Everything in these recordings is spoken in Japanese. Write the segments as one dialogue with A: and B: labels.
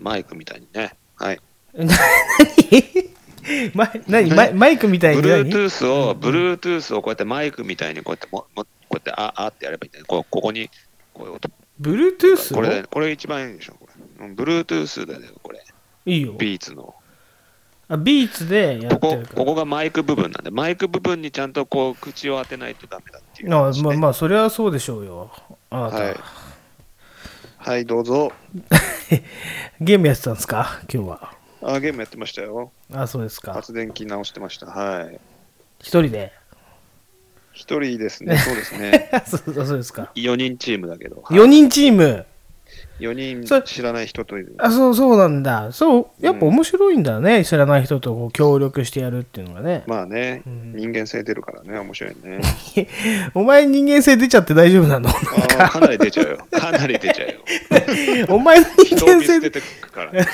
A: マイクみたいにね。はい。
B: マイ何マイマイクみたいに何
A: Bluetooth を、Bluetooth をこうやってマイクみたいにこうやっても、もこうやって、あ、あってやればいいんだよね。こうここに、こういう音
B: Bluetooth を
A: これだよね、これ一番いいでしょ、これ。うん Bluetooth だよ、これ。
B: いいよ
A: ビーツの。
B: あビーツで
A: こ
B: やって
A: こ
B: る、か
A: こ
B: ら
A: こがマイク部分なんで、マイク部分にちゃんとこう、口を当てないとダメだっていう
B: あ
A: 話ね、
B: まあまあそれはそうでしょうよあなた、
A: はい。はい、どうぞ。
B: ゲームやってたんですか今日は
A: あ、ゲームやってましたよ。
B: あそうですか
A: 発電機直してました。はい。
B: 一 人で
A: 一人です ね、そうですね。
B: そうあそうですか
A: 4人チームだけど。はい
B: 4人チーム
A: 4人
B: それ
A: 知らない人といる。
B: あそうそうなんだそうやっぱ
A: うん
B: 面白いんだね、知らない人とこう協力してやるっていうのがね、
A: まあね、
B: うん
A: 人間性出るからね、面白いね。
B: お前人間性出ちゃって大丈夫なの
A: ああ、かなり出ちゃうよ。かなり出ちゃうよ。
B: お前の人
A: 人を
B: 間
A: 見捨
B: 性
A: ててくから、ね。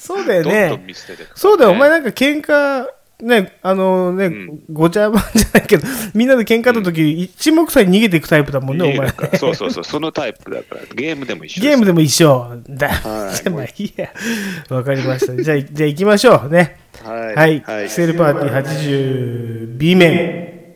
B: そうだよ
A: どんどん
B: ね
A: 見捨ててくからね
B: そうだよ、お前なんか喧嘩ねあのね、
A: ん
B: ごちゃまんじゃないけどみんなで喧嘩の時、一目散に逃げていくタイプだもんね、お
A: いい
B: 前
A: だからそうそうそう、そのタイプだから、ゲームでも一緒
B: ゲーム
A: で
B: でも一緒だ、
A: はい
B: じゃあまあいいやわかりましたじゃあじゃあ行きましょうね
A: す。は
B: はいい、
A: はい。
B: セールパーティー 80B 面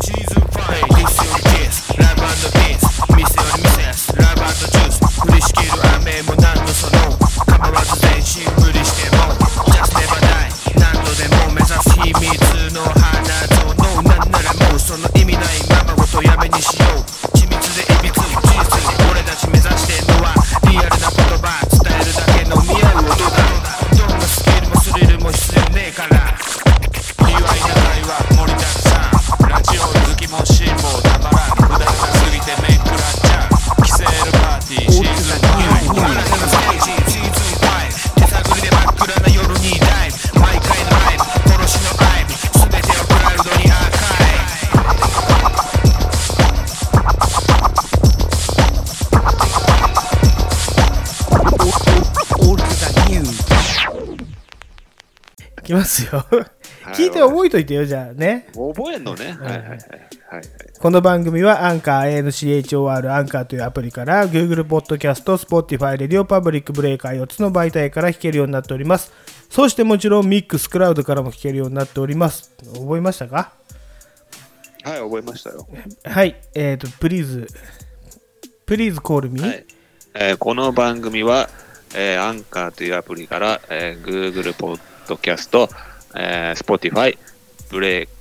C: チーズファイン、必須ケース、ラブピース、店より店す、ラブジュース、降りしきる雨も何のその、構わず全身無理しても、just never die、何度でも目指す秘密の花園、なんならもうその意味ないままごとやめにしよう、緻密でいびつ、事実に俺たち目指してんのは、リアルな言葉、伝えるだけの見合う音だ、どんなスキルもスリルも必要ねえから。祝いじゃないは盛りだくさんラジオ好きも辛抱たまらん無駄が過ぎて面食らっちゃうキセールパーティーシーズン5新たなステージシーズン5手探りで真っ暗な夜にダイブ毎回のライブ殺しのライブ全てをクラウドにアーカイブ
B: いきますよ。聞いて覚えといてよ、じゃあね。
A: 覚えんのね。はいはいはいはいはい。
B: この番組はアンカー ANCHOR アンカーというアプリから Google Podcast、Spotify、Radio Public Breaker 4つの媒体から弾けるようになっております。そしてもちろん MixCloud からも弾けるようになっております。覚えましたか
A: はい、覚えましたよ。
B: はい。えっ、ー、と、Please, Please call me、
A: はいえーこの番組は、えー、アンカーというアプリから、えー、Google ポッドキャスト、えー、Spotify、ブレイク、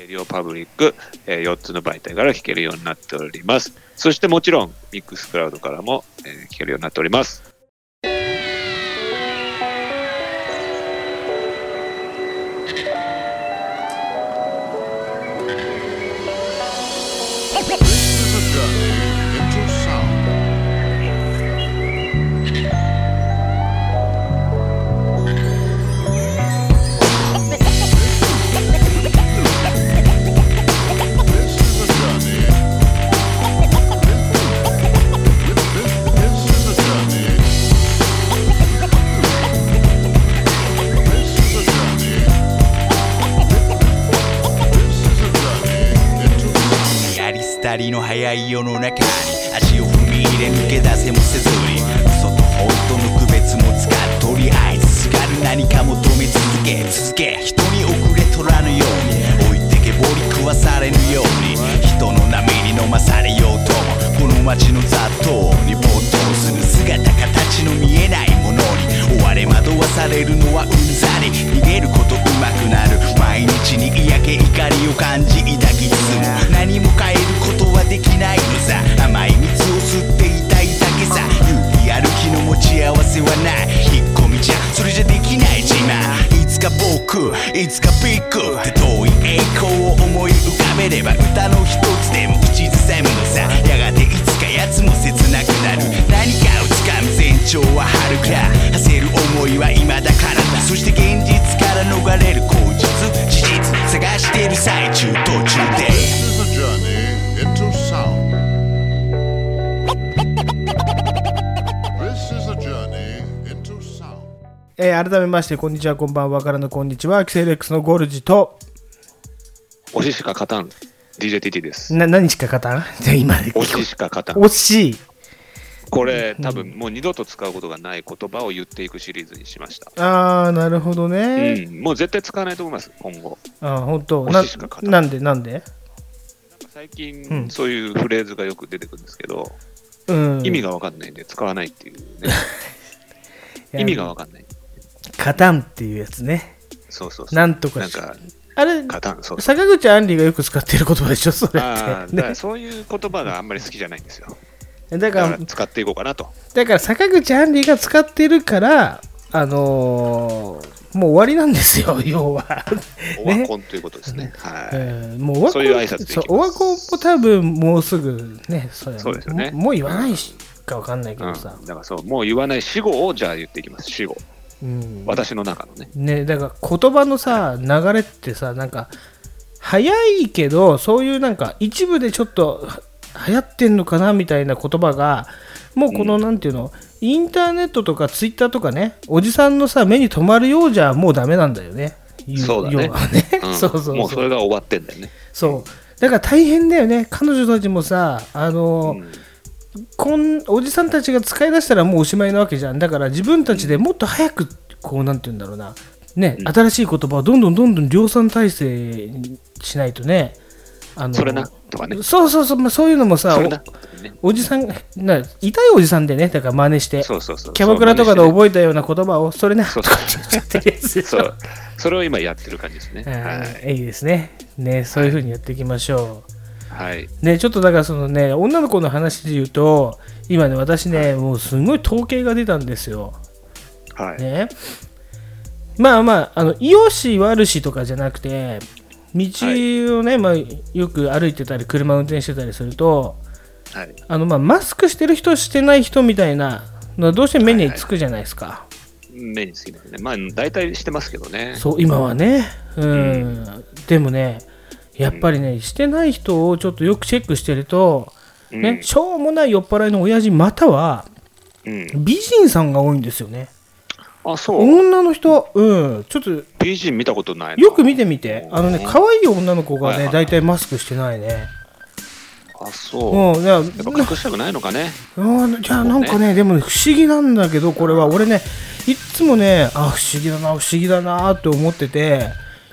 A: レディオパブリック、えー、4つの媒体から聞けるようになっております。そしてもちろん、ミックスクラウドからも、えー聞けるようになっております。
C: やりすたりの早い世の中に足を踏み入れ抜け出せもせずに嘘と本当の区別もつかとりあえずすがる何か求め続け続け人に遅れ取らぬように置いてけぼり食わされぬように人の波に飲まされようともこの街の雑踏に没頭する姿形の見えないものに追われ惑わされるのはうんざり逃げることうまくなる毎日に嫌気怒りを感じ抱きつむ何も変えることはできないのさ甘い蜜を吸っていたいだけさ勇気ある気の持ち合わせはない引っ込みじゃそれじゃできない自慢いつか僕いつかピックって遠い栄光を思い浮かべれば歌の一つでも口ずさむのさやがていつかやつも切なくなる何かを掴む前兆は遥か焦る思いは未だからだそして現実から逃れる口実事実探している最中途中で
D: This is a journey into sound. This is a journey into sound.
B: えー改めまして、こんにちは、こんばんは、からのこんにちは、アキセル X のゴルジと、
A: 推ししか勝たん。DJTT です。
B: な、何しか勝たんじゃあ今で。
A: 推ししか勝たん。
B: 惜しい。
A: これ、多分もう二度と使うことがない言葉を言っていくシリーズにしました。
B: ああ、なるほどね。
A: うん、もう絶対使わないと思います、今後。
B: ああ、本当。な
A: 惜しいしか勝たん
B: なんで、なんで
A: 最
B: う
A: 近、
B: ん
A: そういうフレーズがよく出てくるんですけど、
B: うん。
A: 意味が分かんないんで使わないっていうね。
B: いや
A: 意味が分かんない。
B: 勝たんっていうやつね。
A: そうそうそう。
B: なんとか
A: なん
B: し
A: か、
B: あれ、
A: 勝たん、そうそう。
B: 坂口あんりがよく使ってる言葉でしょ、それ
A: ああ
B: っ
A: ー、
B: て。
A: だから
B: ね
A: そういう言葉があんまり好きじゃないんですよ。
B: だか
A: だからら、使っていこうかなと。
B: だから坂口あんりが使ってるから、あのーもう終わりなんですよ、 要は。
A: オワ
B: ね
A: コンということですね。は
B: うんもうオワコン
A: そういう挨拶でいきます
B: そうオワコンも多分もうすぐね、それ
A: そうですよね
B: もうもう言わないしかわかんない
A: い。
B: け
A: うん、
B: ど
A: だ
B: さ。
A: からそう、もう言わない死語をじゃあ言っていきます、死語。
B: うん
A: 私の中のね。
B: ね、だから言葉のさ、流れってさ、なんか、早いけど、そういうなんか、一部でちょっとは流行ってんのかなみたいな言葉が、もうこの、なんていうの、インターネットとかツイッターとかね、おじさんのさ、目に留まるようじゃもうダメなんだよね。言
A: そうだね
B: 要はね
A: ん
B: そうそうそう。
A: もうそれが終わってんだよね。
B: そう。だから大変だよね。彼女たちもさ、あの、
A: うん
B: こんおじさんたちが使い出したらもうおしまいなわけじゃんだから自分たちでもっと早くこうなんて言うんだろうなね、
A: うん
B: 新しい言葉をどんどんどんどん量産体制にしないとねあの
A: それな、とかね。
B: そうそうそう、まあ、そういうのもさ
A: それな、とかね。
B: おおじさんな痛いおじさんでねだから真似して
A: そうそうそう。
B: キャバクラとかで
A: そう
B: 覚えたような言葉をそれな
A: そ
B: と
A: う
B: かって言っちゃってるやつでし
A: そ
B: ょ
A: う。それを今やってる感じですね。
B: はいいいですねねそういうふうにやっていきましょう、
A: はい。はい。
B: ね、ちょっとだからそのね女の子の話で言うと今ね私ねもうすごい統計が出たんですよ、
A: はい。
B: ね、まあまああの良し悪しとかじゃなくて道をね、まあ、よく歩いてたり車運転してたりすると
A: はい。
B: あの、まあ、マスクしてる人してない人みたいなのはどうしても目につくじゃないですか、
A: 目につきますね。まあ、大体してますけどね。
B: そう今はねうん、でもねやっぱりねしてない人をちょっとよくチェックしてると
A: うん
B: ね、しょうもない酔っ払いの親父または
A: うん。
B: 美人さんが多いんですよね。
A: あ、そう。
B: 女の人、うん、ちょっと
A: PG 見たことないな。
B: よく見てみて、あのね、可愛い女の子が
A: はい
B: ね、
A: はい
B: 大体マスクしてないね。
A: あ、そう。
B: うん、いや、
A: やっぱ隠したくないのかね。
B: うんいやなんかね、でもね不思議なんだけど、これは俺ね、いっつもね、あ、不思議だな、不思議だなって思ってて、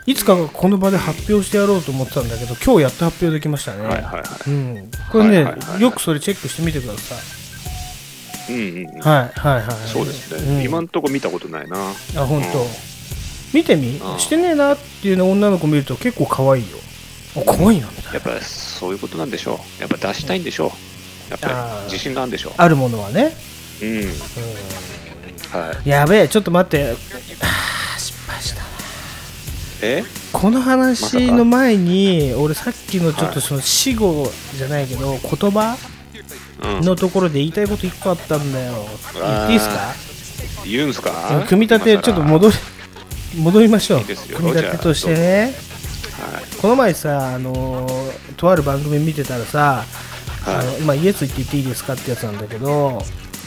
B: いつかこの場で発表してやろうと思ってたんだけど、今日やっと発表できましたね。
A: はいはいは
B: うん、これね、
A: はいはいはいはい
B: よくそれチェックしてみてください。
A: い。うんうんうん。
B: はいはいはい。
A: そうです
B: うん
A: ね。今んとこ見たことないな。
B: あ本当、
A: うん
B: 見てみ
A: うん
B: してねえなっていうの女の子見ると結構可愛いよあ可愛いなみた
A: や
B: いな
A: っぱそういうことなんでしょう。やっぱ出したいんでしょう。やっぱ
B: あー
A: り自信があるんでしょ
B: あるものはね
A: う。うん。はい。
B: やべえちょっと待ってあー失敗した
A: え
B: この話の前に俺さっきのちょっとその死語じゃないけど言葉
A: うん。
B: のところで言いたいこと1個あったんだよ言っていいですか
A: 言うんす
B: あの
A: か
B: 組み立てちょっと
A: も
B: 戻り戻りましょう
A: いいですよ
B: 組み立てとしてね
A: はい。
B: この前さ、あのーとある番組見てたらさ、
A: はい
B: あのまあ、イエスって言っていいですかってやつなんだけど、なん
A: は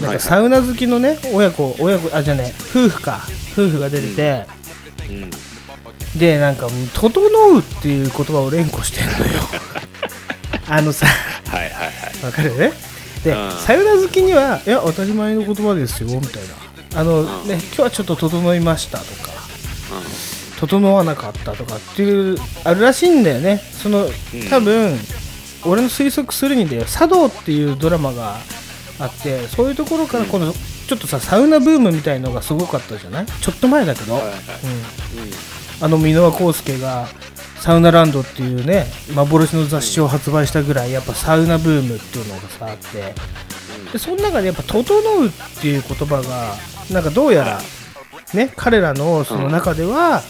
B: か
A: い
B: サウナ好きのね、親子、親子、あ、じゃね、夫婦か、夫婦が出てて、
A: うん
B: で、なんか、整うっていう言葉を連呼してんの よ。あのさ、
A: はいはいはい。
B: わかるで、
A: うん
B: サウナ好きには、いや、当たり前の言葉ですよ、みたいな。あの、ね、今日はちょっと整いましたとか、整わなかったとかっていう、あるらしいんだよね。その、多分、俺の推測するにだよ、茶道っていうドラマがあって、そういうところから、この、ちょっとさ、サウナブームみたいのがすごかったじゃないちょっと前だけど。うんあの箕輪康介が「サウナランド」っていうね幻の雑誌を発売したぐらいやっぱサウナブームっていうのがさあってでその中でやっぱ「整う」っていう言葉がなんかどうやらね彼らのその中では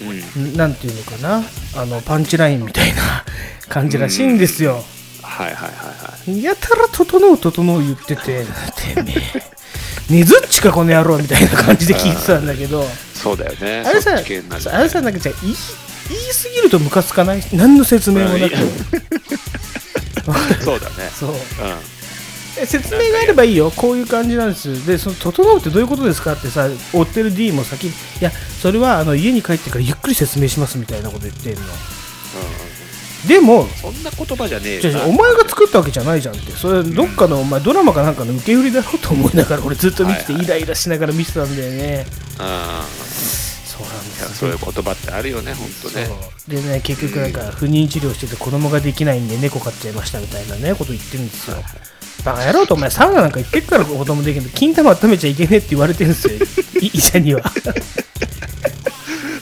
A: うん。うん。
B: 何ていうのかなあのパンチラインみたいな 感じらしいんですよ
A: はいはいはいはい。
B: やたら「整う整う」言ってててめえねずっちかこの野郎みたいな感じで聞いてたんだけど。
A: そうだよね。
B: あれさ、
A: そっち系になる
B: あれさ、なんかじゃあ言い言いすぎるとムカつかない何の説明もなく。
A: そうだね。
B: そう
A: うん。
B: え説明があればいいよ、こういう感じなんです、でその整うってどういうことですかってさ、追ってる D も先に、いや、それはあの家に帰ってからゆっくり説明しますみたいなこと言ってんの、でも
A: そんな言葉じゃね
B: 違う
A: え
B: 違
A: な
B: うお前が作ったわけじゃないじゃんってそれどっかのお前ドラマかなんかの受け売りだろうと思いながら俺ずっと見て
A: は
B: て
A: いはい
B: イライラしながら見てたんだよね
A: う
B: そうな
A: ん
B: んで
A: いや
B: す
A: そういう言葉ってあるよね、本当ね。
B: そうでね結局なんか不妊治療してて子供ができないんで猫飼っちゃいましたみたいなねこと言ってるんですよバカ野郎とお前サウナなんか行ってっから子供できるの金玉温めちゃいけねえって言われてるんですよい 医者には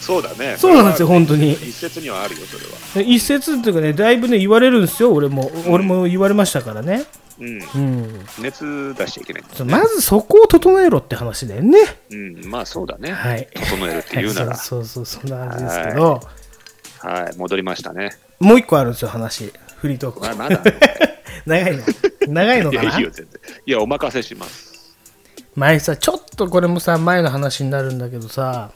A: そうだね。
B: そうなんですよ本当に
A: 一説にはあるよ、それは。
B: 一説っていうかねだいぶね言われるんですよ俺も俺も言われましたからね
A: うん。
B: うん
A: 熱出しちゃいけないんだよね、
B: まずそこを整えろって話だよね
A: うん、まあそうだね。
B: はい
A: 整えるって言うなら。
B: そうそうそうそんな感じですけど
A: はい、戻りましたね。
B: もう一個あるんですよ話フリート
A: まあ、
B: ーク
A: まだあるの。
B: 長いの長いの
A: い
B: か
A: や、
B: ない
A: いよ、全然。いや、お任せします。
B: 前さちょっとこれもさ前の話になるんだけどさ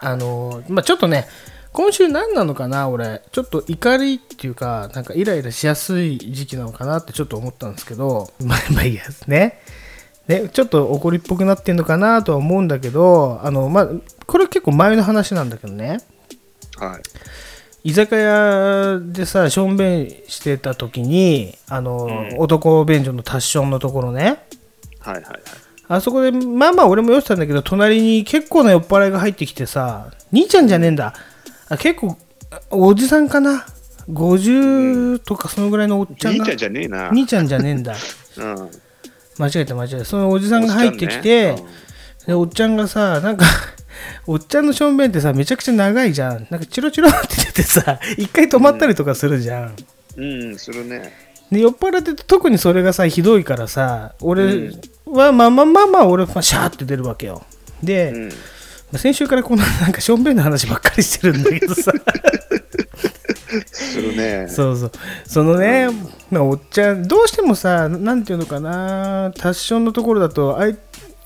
B: あのーまあちょっとね今週何なのかな俺ちょっと怒りっていうかなんかイライラしやすい時期なのかなってちょっと思ったんですけどまあまあいいやつねねちょっと怒りっぽくなってんのかなとは思うんだけどあのまあこれ結構前の話なんだけどね
A: はい。
B: 居酒屋でさしょんべんしてた時にあの、
A: うん
B: 男便所のタッションのところね
A: はいはいはい。
B: あそこでまあまあ俺も酔ってたんだけど隣に結構な酔っ払いが入ってきてさ兄ちゃんじゃねえんだあ結構あおじさんかな50とかそのぐらいのおっちゃん
A: 兄
B: が
A: ちゃんじゃねえな。
B: 兄ちゃんじゃねえんだ
A: うん。おっ
B: 間違えた間違えたそのおじさんが入ってき
A: おっち
B: て
A: ゃんね
B: でおっちゃんがさなんかおっちゃんのしょんべんってさめちゃくちゃ長いじゃんなんかチロチロって出てさ一回止まったりとかするじゃん
A: うん、するね。
B: で酔っ払ってて特にそれがさひどいからさ俺は、まあまあまあまあ俺はシャーって出るわけよで、
A: うん。
B: 先週からこのなんかしょんべんの話ばっかりしてるんだけど さ
A: するね。
B: そうそうそのね、まあ、おっちゃんどうしてもさなんていうのかなタッションのところだとあい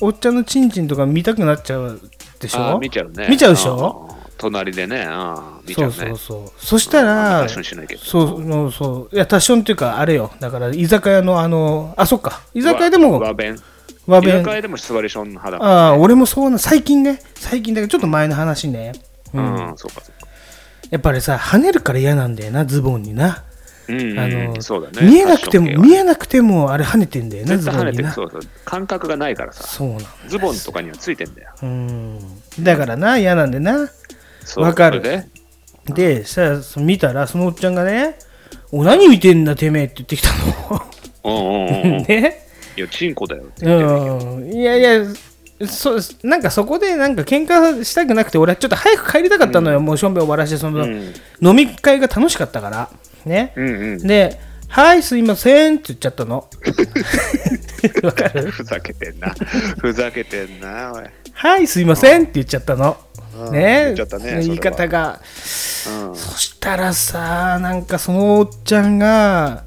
B: おっちゃんのチンチンとか見たくなっちゃうでし
A: あー
B: ょ
A: 見ちゃうね。
B: 見ちゃうでしょ
A: あー隣でね。あー見ち
B: そ
A: ゃう
B: う
A: ね。
B: そうそうそした
A: あんま
B: ら
A: タッションしないけど
B: そうもうそういやタッションっていうかあれよだから居酒屋のあのあそっか居酒屋でも
A: 和弁。
B: 和
A: 居
B: 弁
A: 酒屋でも座りション派だから。
B: ああ俺もそうな最近ね最近だけどちょっと前の話ね、うん
A: うん、そうかそうか。
B: やっぱりさ跳ねるから嫌なんだよなズボンにな
A: うん、
B: あ
A: う
B: の
A: ん、そうだね。
B: 見えなくても、
A: ファッション系は
B: 見えなくてもあれ跳ねてんだよね、
A: 絶
B: ズ
A: 対
B: ボ
A: 跳
B: ン
A: ね
B: に
A: てる。
B: な。
A: そうそう。感覚がないからさ。
B: そうなの。
A: ズボンとかにはついてんだよ。
B: うん。だからな、嫌なんでな。
A: そう
B: わかる
A: それで
B: で、さ、そ見たら、そのおっちゃんがね、お、何見てんだ、てめえって言ってきた
A: うんうんうんう
B: の。
A: ん。
B: ね。
A: いや、チンコだよ って言ってる
B: うん。いやいや、そなんかそこでなんか喧嘩したくなくて、俺はちょっと早く帰りたかったのよ、もうしょんべん終わらして、その、
A: うん
B: 飲み会が楽しかったから。ね。
A: うんうん。
B: で、はい、すいませんって言っちゃったの。わかる
A: ふざけてんな。ふざけてんな、おい。
B: はい、すいませんって言っちゃったの。
A: 言
B: ね
A: っちゃったね
B: その言い方が。
A: うん
B: そしたらさ、なんかそのおっちゃんが、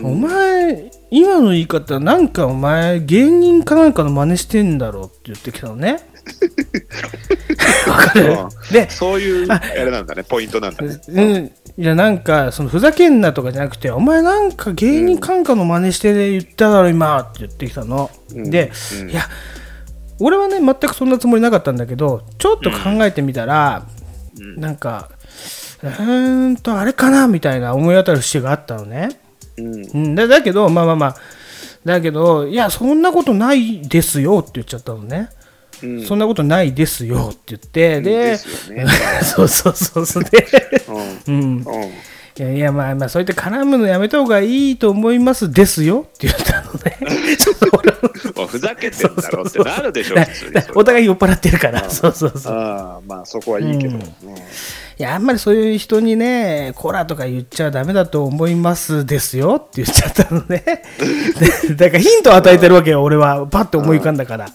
B: お前、今の言い方、なんかお前、芸人かなんかの真似してんだろって言ってきたのね。わかる
A: うん
B: で、
A: そういう、あれなんだね、ポイントなんだね。
B: うん、いやなんかそのふざけんなとかじゃなくてお前なんか芸人感化の真似して言っただろ今って言ってきたの、で、いや俺はね全くそんなつもりなかったんだけどちょっと考えてみたら、なんかうーんとあれかなみたいな思い当たる節があったのね、
A: うん。
B: うん、だだけどまあまあまあだけどいやそんなことないですよって言っちゃったのね、
A: うん
B: そんなことないですよって言って、で
A: ですよね
B: そうそうそうそうで
A: う。
B: うん
A: う
B: ん
A: ん。
B: いやいやまあまあそうやって絡むのやめた方がいいと思いますですよって言ったのねちょっと俺も
A: おいふざけてんだろってなるで しょ、
B: だ
A: 普通に
B: だ
A: それ
B: お互い酔っ払ってるからそうそうそう
A: ああ、まあそこはいいけど。うん
B: いやあんまりそういう人にねコラとか言っちゃダメだと思いますですよって言っちゃったの ねでだからヒントを与えてるわけよ俺はパッと思い浮かんだから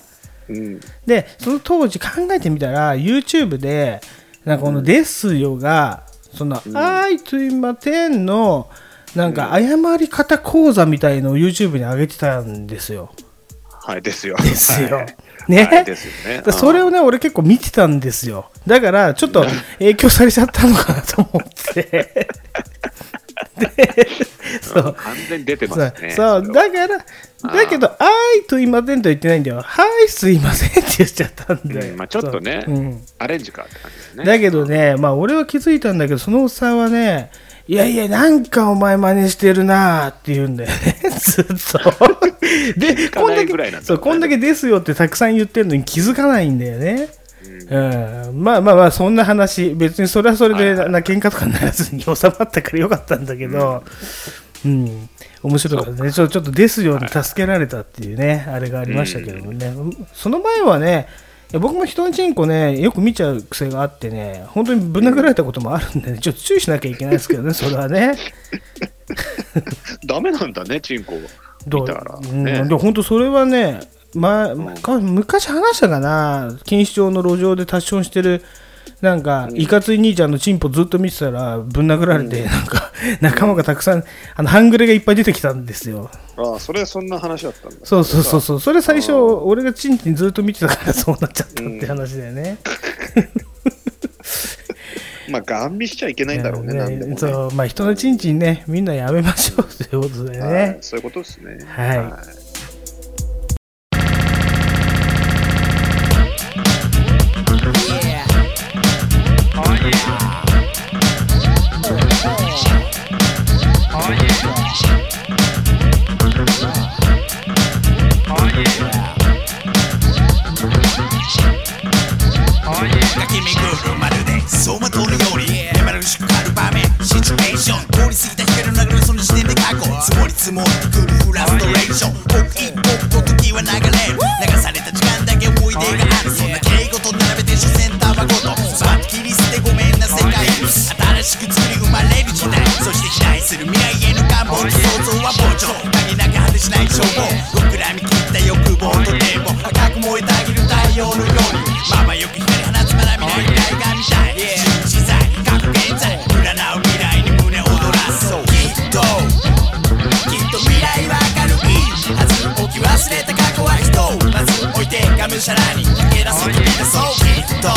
A: うん。
B: でその当時考えてみたら YouTube でなんかこの「ですよ」が「そのあいすいません」のなんか謝り方講座みたいのを YouTube に上げてたんですよ。
A: はい、ですよ。
B: ですよ
A: はい。
B: ね、
A: はいですよね
B: だからそれをね、俺結構見てたんですよ。だから、ちょっと影響されちゃったのかなと思 って。で、そう。
A: 完全に出てま
B: そう
A: すね。
B: そうだから、だけど、あーいと言いませんとは言ってないんだよ。はい、すいませんって言っちゃったんだ
A: う
B: よ。
A: んまあちょっとね
B: そううん
A: アレンジかって感じですね。
B: だけどね、まあ、俺は気づいたんだけど、そのおっさんはね、いやいや、なんかお前真似してるなーって言うんだよね、 ずっと。 で、
A: か
B: こん
A: な
B: だ
A: いぐらいなんだろうね
B: け、そう、こんだけですよってたくさん言ってるのに気づかないんだよね。うん、まあまあまあ、そんな話、別にそれはそれでな、な喧嘩とかにならずに収まったからよかったんだけど、うん、面白かったね。ちょちょっとですように助けられたっていうね、あれがありましたけどもね。その前はね、いや僕も人のチンコね、よく見ちゃう癖があってね、本当にぶん殴られたこともあるんでね、ちょっと注意しなきゃいけないですけどね、それはね。
A: ダメなんだね、チンコ。
B: ど
A: 見たら。
B: うん、で
A: ね
B: も本当それはね、まか昔話したかな錦糸町の路上でタッションしてるなんか、いかつい兄ちゃんのチンポずっと見てたらぶん殴られて、なんか 仲間がたくさんあの半グレがいっぱい出てきたんですよ
A: ああ、それそんな話だったんだ。
B: そうそうそうそうそれ最初俺がチンチンずっと見てたから そうなっちゃったって話だよね、
A: まあ、ガン見しちゃいけないんだろうね、
B: いや
A: なんでもね。
B: そうまあ人のチンチンねみんなやめましょうということで
A: は
B: ね
A: い、そういうことですね。
B: はい
C: 駆け巡るまるで走馬灯のように山のしくある場面シチュエーション通り過ぎた光の流れその時点で過去積もり積もってくるフラストレーション刻一刻と時は流れる流された時間だけ思い出があるそんな敬語と並べて所詮タバコとスパッと切り捨てごめんな世界新しく作り生まれる時代そして期待する未来への願望想像は膨張限なく果てしない消防膨らみ切った欲望と展望赤く燃えてあげる太陽のようにまばよく光放つまなみない大が見たい新時代過去現在占う未来に胸躍らすそうきっときっと未来は明るいはず置き忘れた過去は人をまず置いてがむしゃらに駆け出そう飛び出そうきっと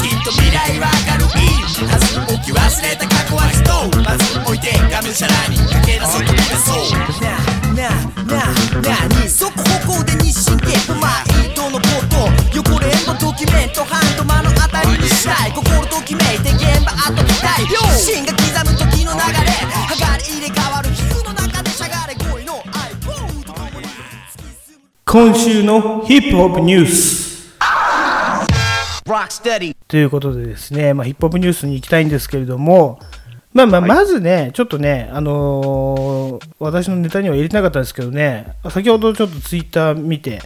C: きっと未来は明るいはず置き忘れた過去は人をまず置いてがむしゃらに駆け出そう飛び出そうなあなあなあなあ二足歩行で日進月歩毎度のこと汚れんぼドキュメントハンドマの当たりにしたい心ときめいて現場あと期待芯が刻む時の流れ剥がれ入れ替わる皮膚の中でしゃがれ恋の愛ボーと共に突き進む
B: 今週のヒップホップニュース
C: Rock steady
B: ということでですね、まあ、ヒップホップニュースに行きたいんですけれども、まあまあ、まずね、ちょっとね、あのー私のネタには入れてなかったんですけどね、先ほどちょっとツイッター見て、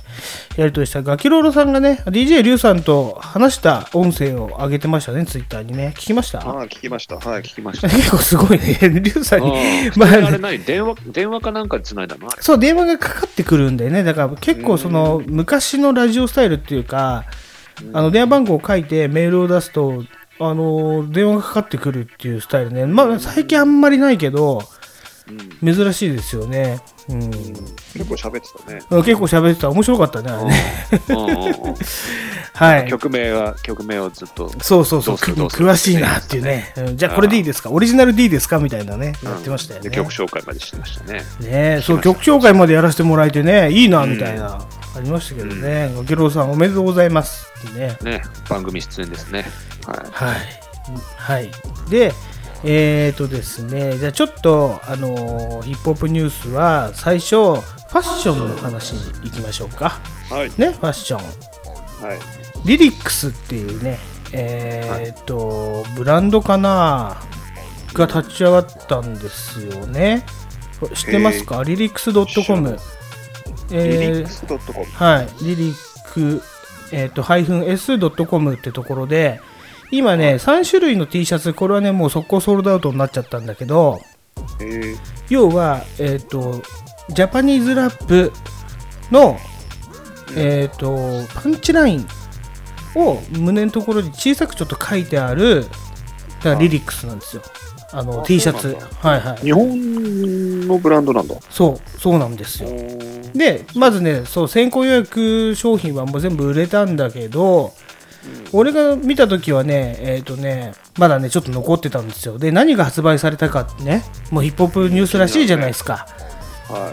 B: やりとりしたガキローロさんがね、DJ リュウさんと話した音声を上げてましたね、ツイッターにね。聞きました
A: ああ、聞きました。はい、聞きました。
B: 結構すごいね、リュウさんに。
A: あ
B: まあ
A: あ、あれ何電話、電話かなんかで繋いだのあれ
B: そう、電話がかかってくるんだよね。だから結構その昔のラジオスタイルっていうか、あの電話番号を書いてメールを出すと、あの、電話がかかってくるっていうスタイルね。まあ最近あんまりないけど、珍しいですよね。うん。
A: 結構喋ってたね。
B: 結構喋ってた。面白かったね、あれね。
A: うんうんうん
B: はい。
A: 曲名が、曲名をずっと。
B: そうそうそ
A: ど
B: う。
A: うするどうする
B: 詳しいなっていうね。うんじゃあこれでいいですかオリジナルでいいですかみたいなね。やってましたよね。
A: で曲紹介までしてましたね。
B: ね、そう
A: 聞きま
B: 曲紹介までやらせてもらえてねいいなみたいな、ありましたけどね、ガキロウさんおめでとうございますってね
A: ね、番組出演ですね。は
B: はい、はい、でえーとですねじゃあちょっとあのーヒップホップニュースは最初ファッションの話に行きましょうか
A: い。はい。
B: ねファッション
A: はい。
B: リリックスっていうね、えー、と、ブランドかなが立ち上がったんですよね。知ってますか、リリックス .com。
A: リリ
B: え
A: ック
B: ー
A: ス .com。
B: はい、リリック、えー、と、ハイフン S.com ってところで、今ね、3種類の T シャツ、これはね、もう速攻ソールドアウトになっちゃったんだけど、
A: えー
B: 要は、えー、とジャパニーズラップの、えー、とパンチラインを胸のところに小さくちょっと書いてあるだからリリックスなんですよあの T シャツはいはい
A: 日本のブランドなんだ。
B: そうそうなんですよでまずねそう先行予約商品はもう全部売れたんだけど俺が見た時はねえっ、とねまだねちょっと残ってたんですよで何が発売されたかってねもうヒップホップニュースらしいじゃないですか、
A: は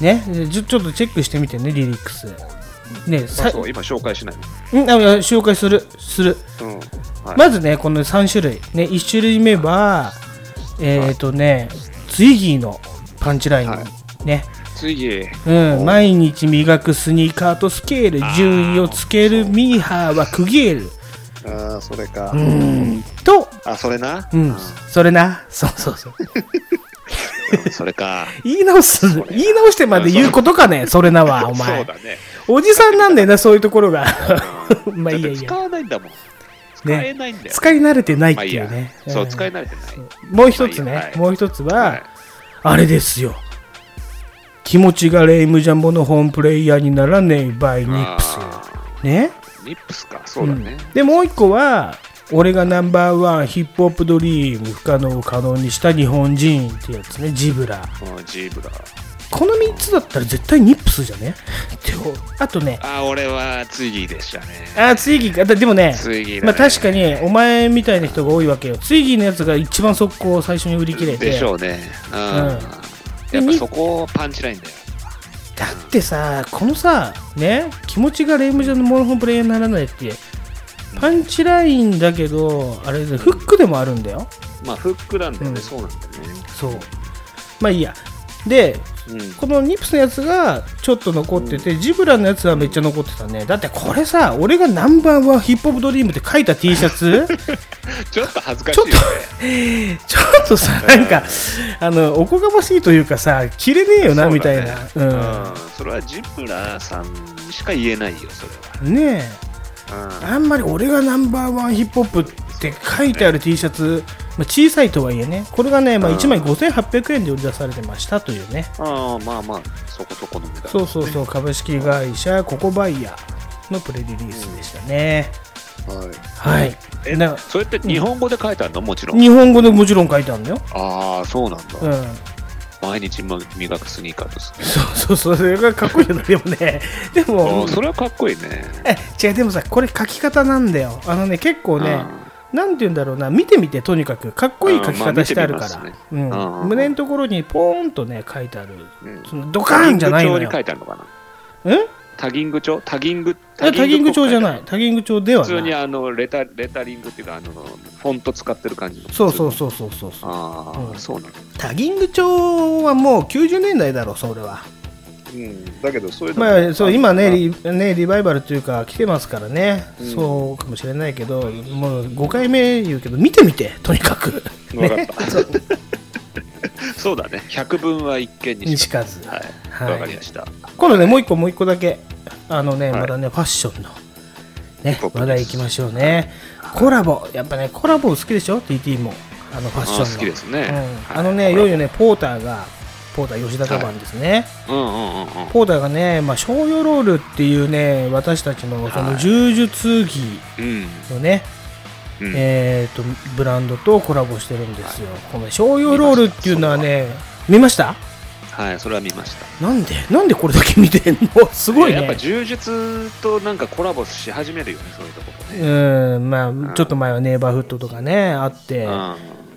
A: い。
B: ね、ちょちょっとチェックしてみてね、リリックス。ね、
A: ま
B: さ
A: あ、そう、今紹介しない。
B: んあいや紹介する、する。
A: うん。はい。
B: まずね、この3種類。ね、1種類目は、えっ、とね、ツイギーのパンチライン、
A: はい
B: ね、
A: 次、
B: うん、毎日磨くスニーカーとスケール順位をつけるミーハーはクギエール
A: ああ、それか。
B: と、
A: あ、それな。
B: うん、それなそうそうそう
A: うんそれか。
B: 言い直す言い直してまで言うことかねそれなは お
A: そ
B: 前
A: うだね。
B: おじさんなんだよなそういうところ が まあいい
A: だ
B: や
A: っ
B: い
A: て
B: い
A: 使
B: や
A: わないんだもん。使
B: ね
A: えないんだよ。
B: 使い慣れてないっ
A: まあ
B: て
A: いい
B: いう
A: や
B: ね、。
A: そう、
B: ん
A: 使い慣れてない。
B: もう一つ
A: まあいい
B: ね
A: やはい
B: もう一つは、
A: はい
B: あれですよ気持ちがレイムジャンボのホームプレイヤーにならねえバイニップスよ
A: あ
B: ね
A: ーニップスか。そうだね。
B: でもう一個は俺がナンバーワンヒップホップドリーム不可能を可能にした日本人ってやつねジブラ
A: このジーブラ。
B: この3つだったら絶対ニップスじゃねでもあとね
A: あー、俺は次でしたね。
B: あツイギーかだでもね
A: ツイギーだね
B: まあ、確かにお前みたいな人が多いわけよツイギーのやつが一番速攻を最初に売り切れて
A: でしょうね。うん。
B: う
A: や
B: ん
A: っぱそこをパンチラインだよ。
B: だってさこのさね気持ちがレイムジャンのモノホンプレイヤーにならないってパンチラインだけどあれでフックでもあるんだよ
A: まあ、フックなんだよ
B: うん
A: ね。そうなんだよね。
B: そうまあいいやで
A: うん。
B: このニプスのやつがちょっと残ってて、ジブラのやつはめっちゃ残ってたねだってこれさ俺がナンバーワンヒップホップドリームって書いた T シ ャツ
A: ちょっと恥ずかし
B: ち
A: い
B: ょ
A: よ
B: っ
A: ね
B: と。ちょっとさなんかあのおこがましいというかさ着れねえ
A: そ
B: よな、
A: うだね
B: みたいな、うん
A: うん。それはジブラさんにしか言えないよ、それ
B: ねえ
A: は。うん。
B: あんまり俺がナンバーワンヒップホップって書いてある T シャツ、まあ、小さいとはいえね、これがね、まあ、
A: うん
B: 1枚5800円で売り出されてましたというね、
A: ああまあまあそこそこの値段
B: そうそうそう、株式会社ココバイヤーのプレリリースでしたね。
A: はい
B: はい。
A: え
B: な
A: それって日本語で書いてあるのもちろん
B: 日本語でもちろん書いてあるんだよ。
A: ああそうなんだ、
B: うん。
A: 毎日磨くスニーカーとする
B: そうそう、それがかっこいいよね。でもね、 で
A: あ
B: も
A: ー、それはかっこいいね
B: え、違う、でもさ、これ書き方なんだよ。あのね、結構ね、なんて言うんだろうな、見てみて、とにかく、かっこいい書き方してある
A: うんま
B: か
A: あ
B: ら
A: 見て、
B: う
A: みますねうん
B: ん胸のところにポーンとね、書いてある、
A: うん
B: そのドカーンじゃないの
A: タギング帳
B: よ
A: に。書いてあるのかな
B: えい
A: タギング帳タギング
B: やタギング帳じゃないい、タギング帳では
A: 普通に
B: ない。
A: あのレタレタリングっていうかあのフォント使ってる感じの
B: そうそうそうそうそう。
A: ああ、
B: うん
A: そうなんだ、
B: タギング帳はもう90年代だろ、それは。
A: うん、だけどそういうのも
B: まあ、そう今ね
A: あ
B: リ、ね、リバイバルというか、来てますからね、
A: うん
B: そうかもしれないけど、もう5回目言うけど、見てみて、とにかく。
A: わかった、 そうだね百分は一見に
B: に
A: し
B: し
A: か
B: かず。
A: はい
B: はい
A: わかりました
B: 今度ね、もう一個、もう一個だけ、あのね、
A: はい
B: まだね、ファッションの、ね、
A: 僕です
B: 話題いきましょうね。コラボ、やっぱね、コラボ好きでしょ、TT も、あのファッション
A: あ
B: の。
A: ー好きですね
B: うん
A: はい
B: あのね、いよいよね、ポーターが、ポーター吉田カバンですね。
A: うんうんうんうん
B: ポーターがね、まあ、商用ロールっていうね、私たちのその柔術着
A: うん
B: のね、
A: うん
B: えー、とブランドとコラボしてるんですよ、この醤油ロールっていうのはね見ました
A: はい、それは見ました。
B: なんでなんでこれだけ見てん のすごい
A: やっぱ
B: ね
A: 柔術となんかコラボし始めるよね、そういうところ
B: う
A: ね。
B: ーんまあちょっと前はネイバーフットとかねあって
A: うん、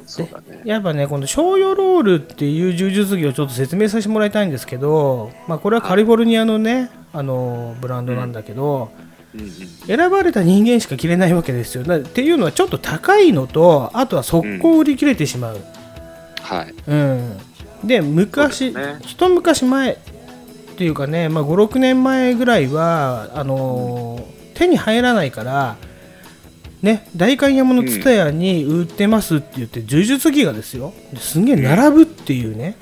A: そうだね。
B: やっぱねこの醤油ロールっていう柔術着をちょっと説明させてもらいたいんですけど、まあ、これはカリフォルニアのねあのブランドなんだけど、
A: うんうん。
B: 選ばれた人間しか着れないわけですよなっていうのはちょっと高いのとあとは速攻売り切れてしまう、
A: はい。
B: うん、で昔
A: そうですね
B: 一昔前っていうかね、まあ、56年前ぐらいはあのー手に入らないから、ね、代官山の蔦屋に売ってますって言って柔術着がですよすんげえ並ぶっていうね、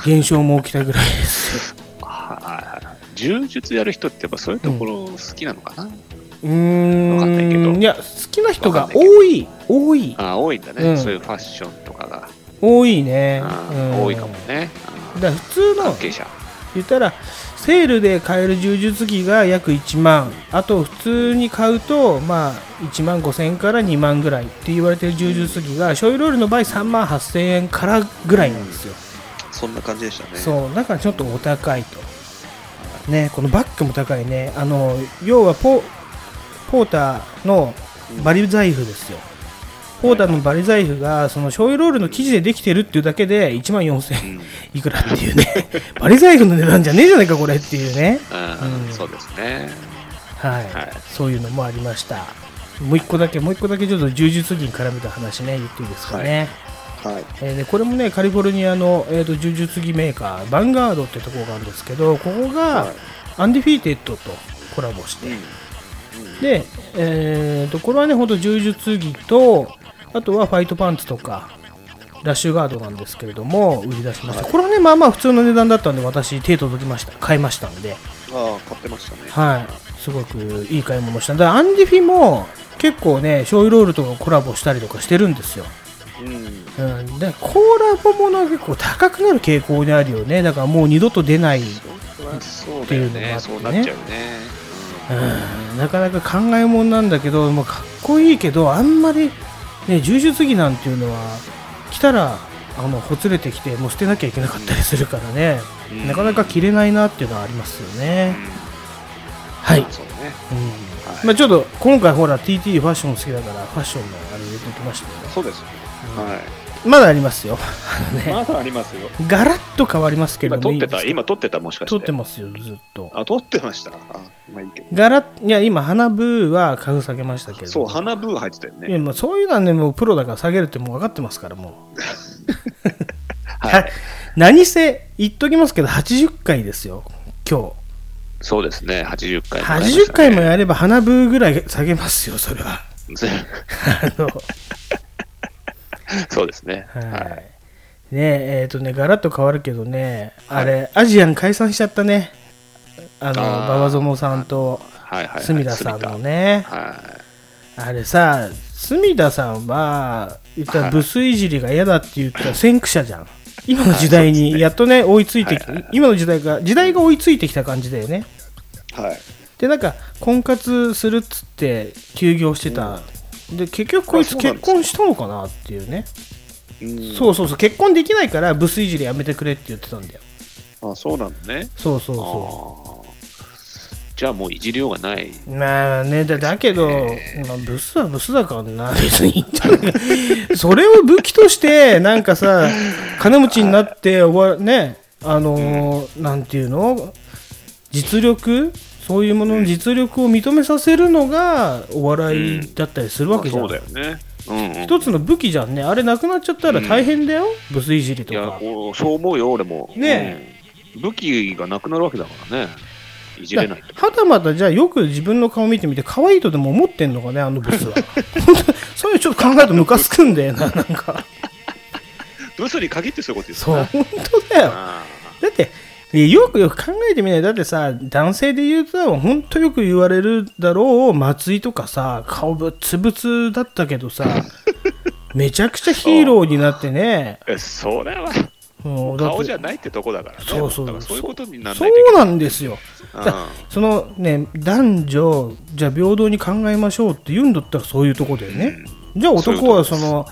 B: 現象も起きたぐらい ですよ
A: はいはいはい。柔術やる人ってやっぱそういうところ好きなのかな、
B: う
A: わかんないけ
B: ー
A: ど
B: んいや好きな人
A: わ
B: が
A: かんないけど
B: 多い多い
A: ああ、多いんだね、
B: うん
A: そういうファッションとかが。
B: 多いね、
A: あ
B: うん
A: ー多いかもね。
B: だから普通
A: あー
B: の
A: 関係者。
B: 言ったらセールで買える柔術着が約1万あと普通に買うとまあ1万5000円から2万ぐらいって言われてる柔術着が醤油ロールの場合3万8000円からぐらいなんですよ、
A: そんな感じでしたね。う。
B: そうだからちょっとお高いとねこのバッグも高いねあの要はポポーターのバリ財布ですよポーターのバリ財布がその醤油ロールの生地でできてるっていうだけで1万4000円
A: ん。
B: いくらっていうね バリ財布の値段じゃねえじゃないかこれっていうね
A: うん
B: うん
A: そうですね。
B: はい、
A: はい
B: そういうのもありましたもう一個だけもう一個だけちょっと柔術着に絡めた話ね言っていいですかね、
E: はい。
B: えーね、これもねカリフォルニアの、えー、と柔術着メーカーヴァンガードってとこがあるんですけどここが
E: はい
B: アンディフィーテッドとコラボして、で、えー、とこれはね本当柔術着とあとはファイトパンツとかラッシュガードなんですけれども売り出しました、これはねまあまあ普通の値段だったんで私手届きました買いましたんで
E: ああ、買ってましたね。
B: はい、すごくいい買い物をした。だからアンディフィも結構ね、醤油ロールとかコラボしたりとかしてるんですよ。うん、でコーラボものは結構高くなる傾向にあるよねだからもう二度と出ない、
A: そりゃそうだよ
B: っていうのがあ
A: ね
B: ってね
A: そうなっちゃうね
B: うん、なかなか考えもんなんだけど、まあ、かっこいいけどあんまり、ね、柔術着なんていうのは着たらあのほつれてきてもう捨てなきゃいけなかったりするからね、
A: うん
B: なかなか着れないなっていうのはありますよね、はい
A: そうね
B: うんまあちょっと今回ほら TT ファッション好きだからファッションのあれ入れておきましたけ
A: そうです、は
B: どまだありますよあの
A: い
B: ね
A: まだありますよ
B: ガラッと変わりますけれ
A: 今
B: ども
A: 撮ってた
B: いいですか
A: 今撮ってたもしかして
B: 撮ってますよずっと
A: あ撮ってましたあまあいいけど
B: ガラッいや今花ブーはかふ下げましたけれど
A: そう花ブー入ってたよ
B: いや
A: ね
B: まあそういうのはねもうプロだから下げるってもう分かってますからもう
A: はい
B: 何せ言っときますけど80回ですよ今日
A: そうですね80回もやりましたね
B: 80回もやれば花ブーぐらい下げますよそれはあの
A: そうですね
B: は
A: はいい、
B: ねえ、えーとね、ガラッと変わるけどね、あれ、アジアン解散しちゃったね。あの、
A: あー
B: 馬場園さんと、
A: はいはいはい
B: 隅田さんのね。
A: は
B: あれさ、隅田さんは、言った
A: は
B: ら
A: い
B: ブスいじりが嫌だって言ったら先駆者じゃん。今の時代に、やっとね、追いついてき、今の時代が、時代が追いついてきた感じだよね。
E: はい。
B: で、なんか、婚活するっつって、休業してた。で、結局こい
A: あ
B: つ
A: そうなん
B: 結
A: ですか
B: 婚したのかなっていうね。
A: いうん
B: そうそうそう結婚できないからブスいじりやめてくれって言ってたんだよ
A: あそうなのね
B: そうそう
A: あ
B: そ
A: ーじゃあもういじりようがないう
B: まあねだだけど、まあ、ブスはブスだからな別にいいんじゃないそれを武器としてなんかさ金持ちになっておわねあのーなんていうの実力そういうものの実力を認めさせるのがお笑いだったりするわけじゃん、
A: そうだよねうん、うん、
B: 一つの武器じゃんねあれなくなっちゃったら大変だよ、ブスいじりと
A: いや
B: か
A: こうそう思うよ俺も
B: ね
A: うん武器がなくなるわけだからねいじれないと
B: はたまたじゃあよく自分の顔見てみて可愛いとでも思ってんのかねあのブス は本当そういうちょっと考えるとムカつくんだよななんか
A: ブスに限ってそういうことです
B: そう本当だよ
A: あ
B: だってよくよく考えてみないだってさ男性で言うと本当よく言われるだろう松井とかさ顔ぶつぶつだったけ どさめちゃくちゃヒーローになってね
A: ーえそれは
B: もうだって
A: 顔じゃないってとこだからね
B: そうそう
A: だからそういうことになら
B: そ
A: ないといけ
B: う
A: ない
B: なんですよだからそのね男女じゃあ平等に考えましょうって言うんだったらそういうとこだよね、じゃあ男はその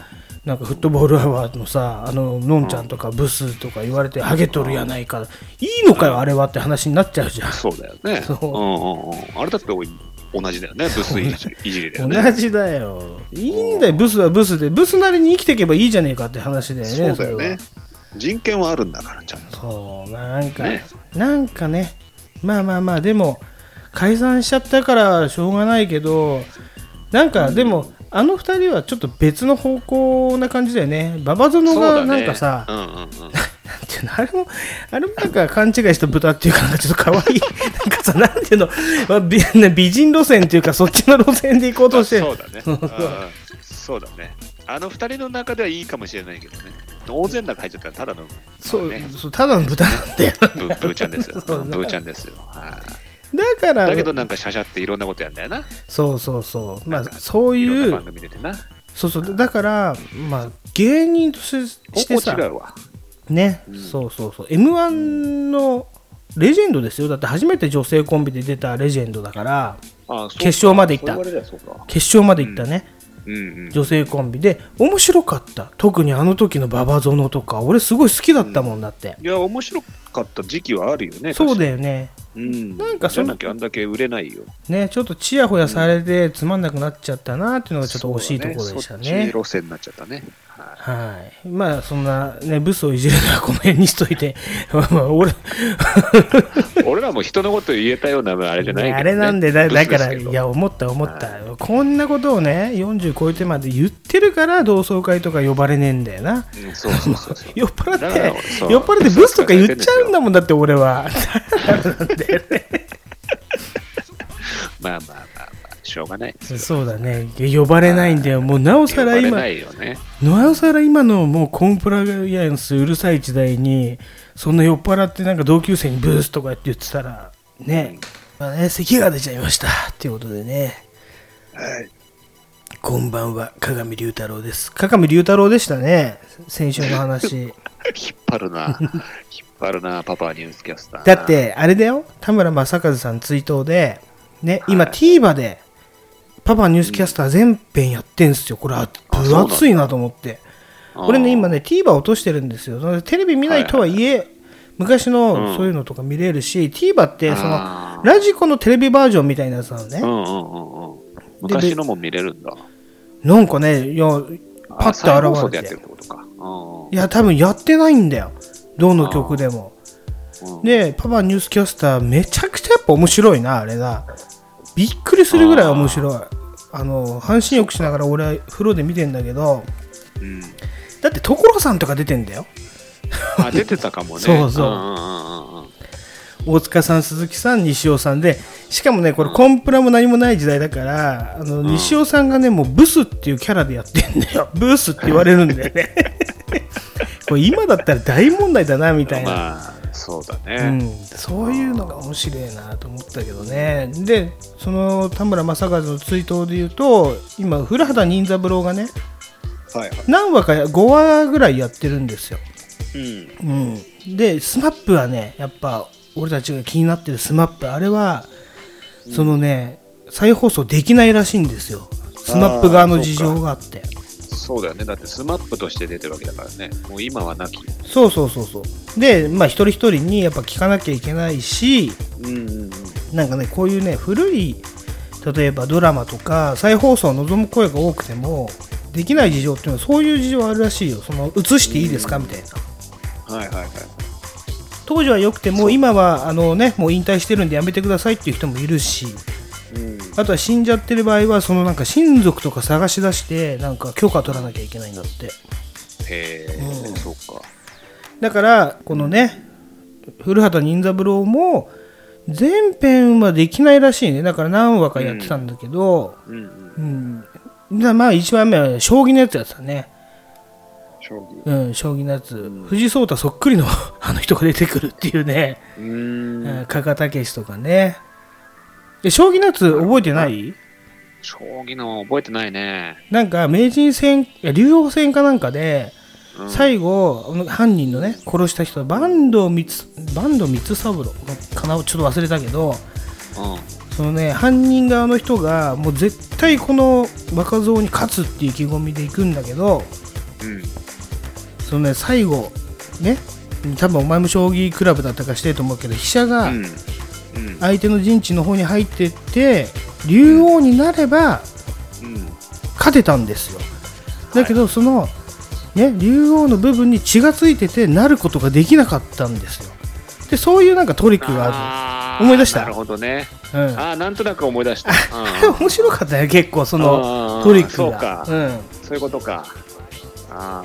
B: なんかフットボールアワーのさあののんちゃんとかブスとか言われてハゲとるやないかいいのかよあれはって話になっちゃうじゃん
A: そうだよね
B: そうん
A: うんうんあれだっておい同じだよねブスいじりいじりだよね
B: 同じだよいいんだよブスはブスでブスなりに生きていけばいいじゃねえかって話だよね
A: そうだよ
B: れは
A: ね人権はあるんだからちゃんと
B: そうなんか、
A: ね
B: なんかねまあまあまあでも解散しちゃったからしょうがないけどなんかでも、あの二人はちょっと別の方向な感じだよね馬場園
A: そうだ
B: が
A: ね
B: なんかさ、
A: うんうんうん
B: なんていうのあれもあれもなんか勘違いした豚っていうかなんかちょっと可愛いなんかさなんていうの、まあ美美人路線っていうかそっちの路線で行こうとして
A: そう だね。うんそうだね。あの二人の中ではいいかもしれないけどね。大勢の中入っちゃったらただの、
B: そう
A: ね、
B: そうただの豚なんだよ
A: ブーブーちゃんですよ。ブ
B: そう
A: ーちゃんですよ。はい
B: だから
A: だけどなんかシャシャっていろんなことやんだよな。
B: そうそうそうまあそう
A: いろ
B: い
A: んな
B: う
A: 番組出てな。
B: そうそうだから、まあ、芸人とし
A: こ
B: して
A: こ
B: さ
A: 違、うわ。
B: ねそうそうそう m 1のレジェンドですよだって初めて女性コンビで出たレジェンドだから
A: あそう
B: 決勝まで行った
A: そう言われりゃそうか。
B: 決勝まで行ったね、
A: うんうん。
B: 女性コンビで面白かった特にあの時の馬場園とか俺すごい好きだったもんだって、
A: いや、面白かった時期はあるよね。
B: そうだ
A: よ。
B: よね
A: うん。
B: なんかそ
A: じゃ
B: の
A: なきゃあんだけ売れないよ。
B: ね、ちょっとちやほやされてつまんなくなっちゃったなっていうのがちょっと惜しいところでした
A: そうだ
B: ね
A: そっ。ち路線になっちゃったね。は
B: はい。まあ、そんな、ね、ブスをいじるのはこの辺にしといて、 まあまあ、俺、
A: い俺らも人のこと言えたようなあれじゃないけど、ね。
B: あれなんでだ、
A: ブス
B: だ
A: すけ
B: か
A: ど
B: ら、いや、思った、思った。こんなことをね、40超えてまで言ってるから、同窓会とか呼ばれねえんだよな。
A: うん、そうそうそうそう。
B: 酔っ払
A: だ
B: っ
A: から
B: て
A: そ、う
B: 酔っ払ってブスとか言っちゃうんだもんだって、俺は。
A: まあまあまあまあ、しょうがない。
B: そうだね。呼ばれないんだよ。もう、なおさら
A: 呼ばれ
B: 今
A: な、いよね。
B: なおさら今のもうコンプライアンスうるさい時代にそんな酔っ払ってなんか同級生にブースとかって言ってたらね,、まあ、ね咳が出ちゃいましたっていうことでね
E: はい。
B: こんばんは加賀見龍太郎です加賀見龍太郎でしたね先週の話
A: 引っ張るな。引っ張るな、パパニュースキャスター。
B: だっ、てあれだよ田村正和さん追悼でね今 TVer でパパニュースキャスター全編やってんすよこれあ
A: あそうなん
B: 分
A: だ
B: 厚いなと思って俺ね、今
A: ね。
B: ね、TVer 落としてるんですよ。そのテレビ見ないとはいえ、昔
A: う
B: の
A: ん
B: そういうのとか見れるし、TVer って、そ
A: あ
B: の、
A: ー
B: ラジコのテレビバージョンみたいなやつなのね。
A: うんうんうんうん。昔のも見れるんだ。
B: なんかね、いや、パ
A: あ再放
B: ッと
A: 送
B: 現
A: で
B: れ
A: やって
B: て
A: るっ。てことか。うんうん
B: いや、多分やってないんだよ。どの曲でも。
A: うん
B: で、パパニュースキャスター、めちゃくちゃやっぱ面白いな、あれな。びっくりするぐらい面白い。あの、半身浴しながら俺は風呂で見てんだけど、
A: うん
B: だって所さんとか出てんだよ。
A: あ、出てたかもね。
B: そうそうん
A: んうんうんうん
B: 大塚さん、鈴木さん、西尾さんで、しかもね、これ、コンプラも何もない時代だから、あの西尾さんがね、もうブスっていうキャラでやってんだよ、ブスって言われるんだよ ね。これ、今だったら大問題だなみたいな、
A: まあ、そうだ
B: う
A: ね。
B: ん、そういうのが面白いなと思ったけどね、で、その田村正和の追悼で言うと、今、古畑任三郎がね、
E: はいはい。
B: 何話か5話ぐらいやってるんですよ。
E: うん。
B: うん、で、スマップはね、やっぱ俺たちが気になってるスマップ、あれは、そのね、再放送できないらしいんですよ、スマップ側の事情があって、
A: そうだよね。だってスマップとして出てるわけだからね。もう今はなき。
B: そうそうそうそう、で、まあ、一人一人にやっぱ聞かなきゃいけないし、
A: うんうんうん。
B: なんかね、こういうね、古い、例えばドラマとか、再放送を望む声が多くても、できない事情っていうのは、そういう事情あるらしいよ、その映していいですかみたいな。
E: はいはいはい。
B: 当時は良くても今はあの、ね、もう引退してるんでやめてくださいっていう人もいるし
E: うん。
B: あとは死んじゃってる場合はそのなんか親族とか探し出してなんか許可取らなきゃいけないんだって
A: へえ、そうか。
B: だからこのね古畑任三郎も全編はできないらしいねだから何話かやってたんだけど、
A: うんうん。
B: うんだまあ1話目は将棋のやつやってたね
E: 将棋。
B: うん、将棋のやつ、藤井聡太そっくりの あの人が出てくるっていうね、
A: うーん。
B: うん、加賀武史とかねで将棋のやつ覚えてない
A: 将棋の覚えてないね。
B: なんか名人戦いや竜王戦かなんかで、
A: うん
B: 最後あの犯人のね殺した人坂東光坂東光三郎かなちょっと忘れたけど
A: う
B: そのね犯人側の人がもう絶対この若造に勝つっていう意気込みで行くんだけど
A: ん。うん。
B: そのね最後ね多分お前も将棋クラブだったかしてると思うけど飛車が
A: うん。うん。
B: 相手の陣地の方に入ってって竜王になれば、
A: うん。
B: 勝てたんですよだけどその、ね、竜王の部分に血がついててなることができなかったんですよでそういうなんかトリックがあ
A: あ
B: る思い出した
A: なるほどね。
B: るうん
A: ああ、なんとなく思い出した。うん
B: 面白かったよ結構そ
A: あ
B: の
A: ー
B: トリック
A: そう
B: が
A: か
B: うん、
A: そういうことか。ああ。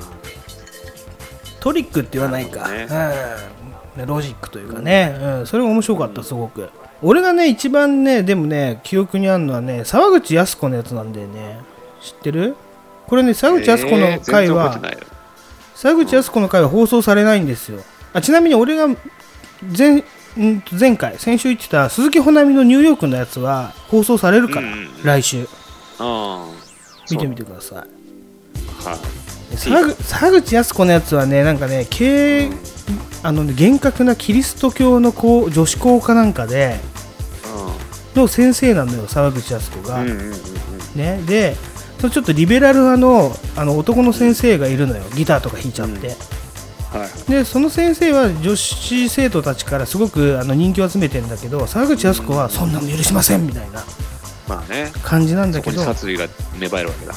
B: トリックって言わないか、
A: なるほ
B: うんねロジックというかね、うん、それが面白かったすごく俺がね一番ねでもね記憶にあるのはね沢口靖子のやつなんだよね知ってるこれね沢口靖子
A: え
B: の
A: ー
B: 回は、
A: 全然覚えてないよ
B: 沢口靖子の回は放送されないんですよあちなみに俺が前んと前回先週言ってた鈴木保奈美のニューヨークのやつは放送されるから、
A: うんうんうん
B: 来週
A: うん。
B: 見てみてくださ
A: そう。はい
B: 沢口沢口靖子のやつはねなんかね経営あのね厳格なキリスト教のこう女子校かなんかでの先生なのよ沢口靖子が、
A: い。うん。うんうんうんうん。
B: ね、でそのちょっとリベラル派のあの男の先生がいるのよギターとか弾いちゃって、
E: はい。
B: でその先生は女子生徒たちからすごくあの人気を集めてんだけど沢口靖子はそんなの許しませんみたいな
A: まあね、
B: 感じなんだ
A: そ
B: け
A: こに
B: ど
A: 殺意が芽生えるわけだ。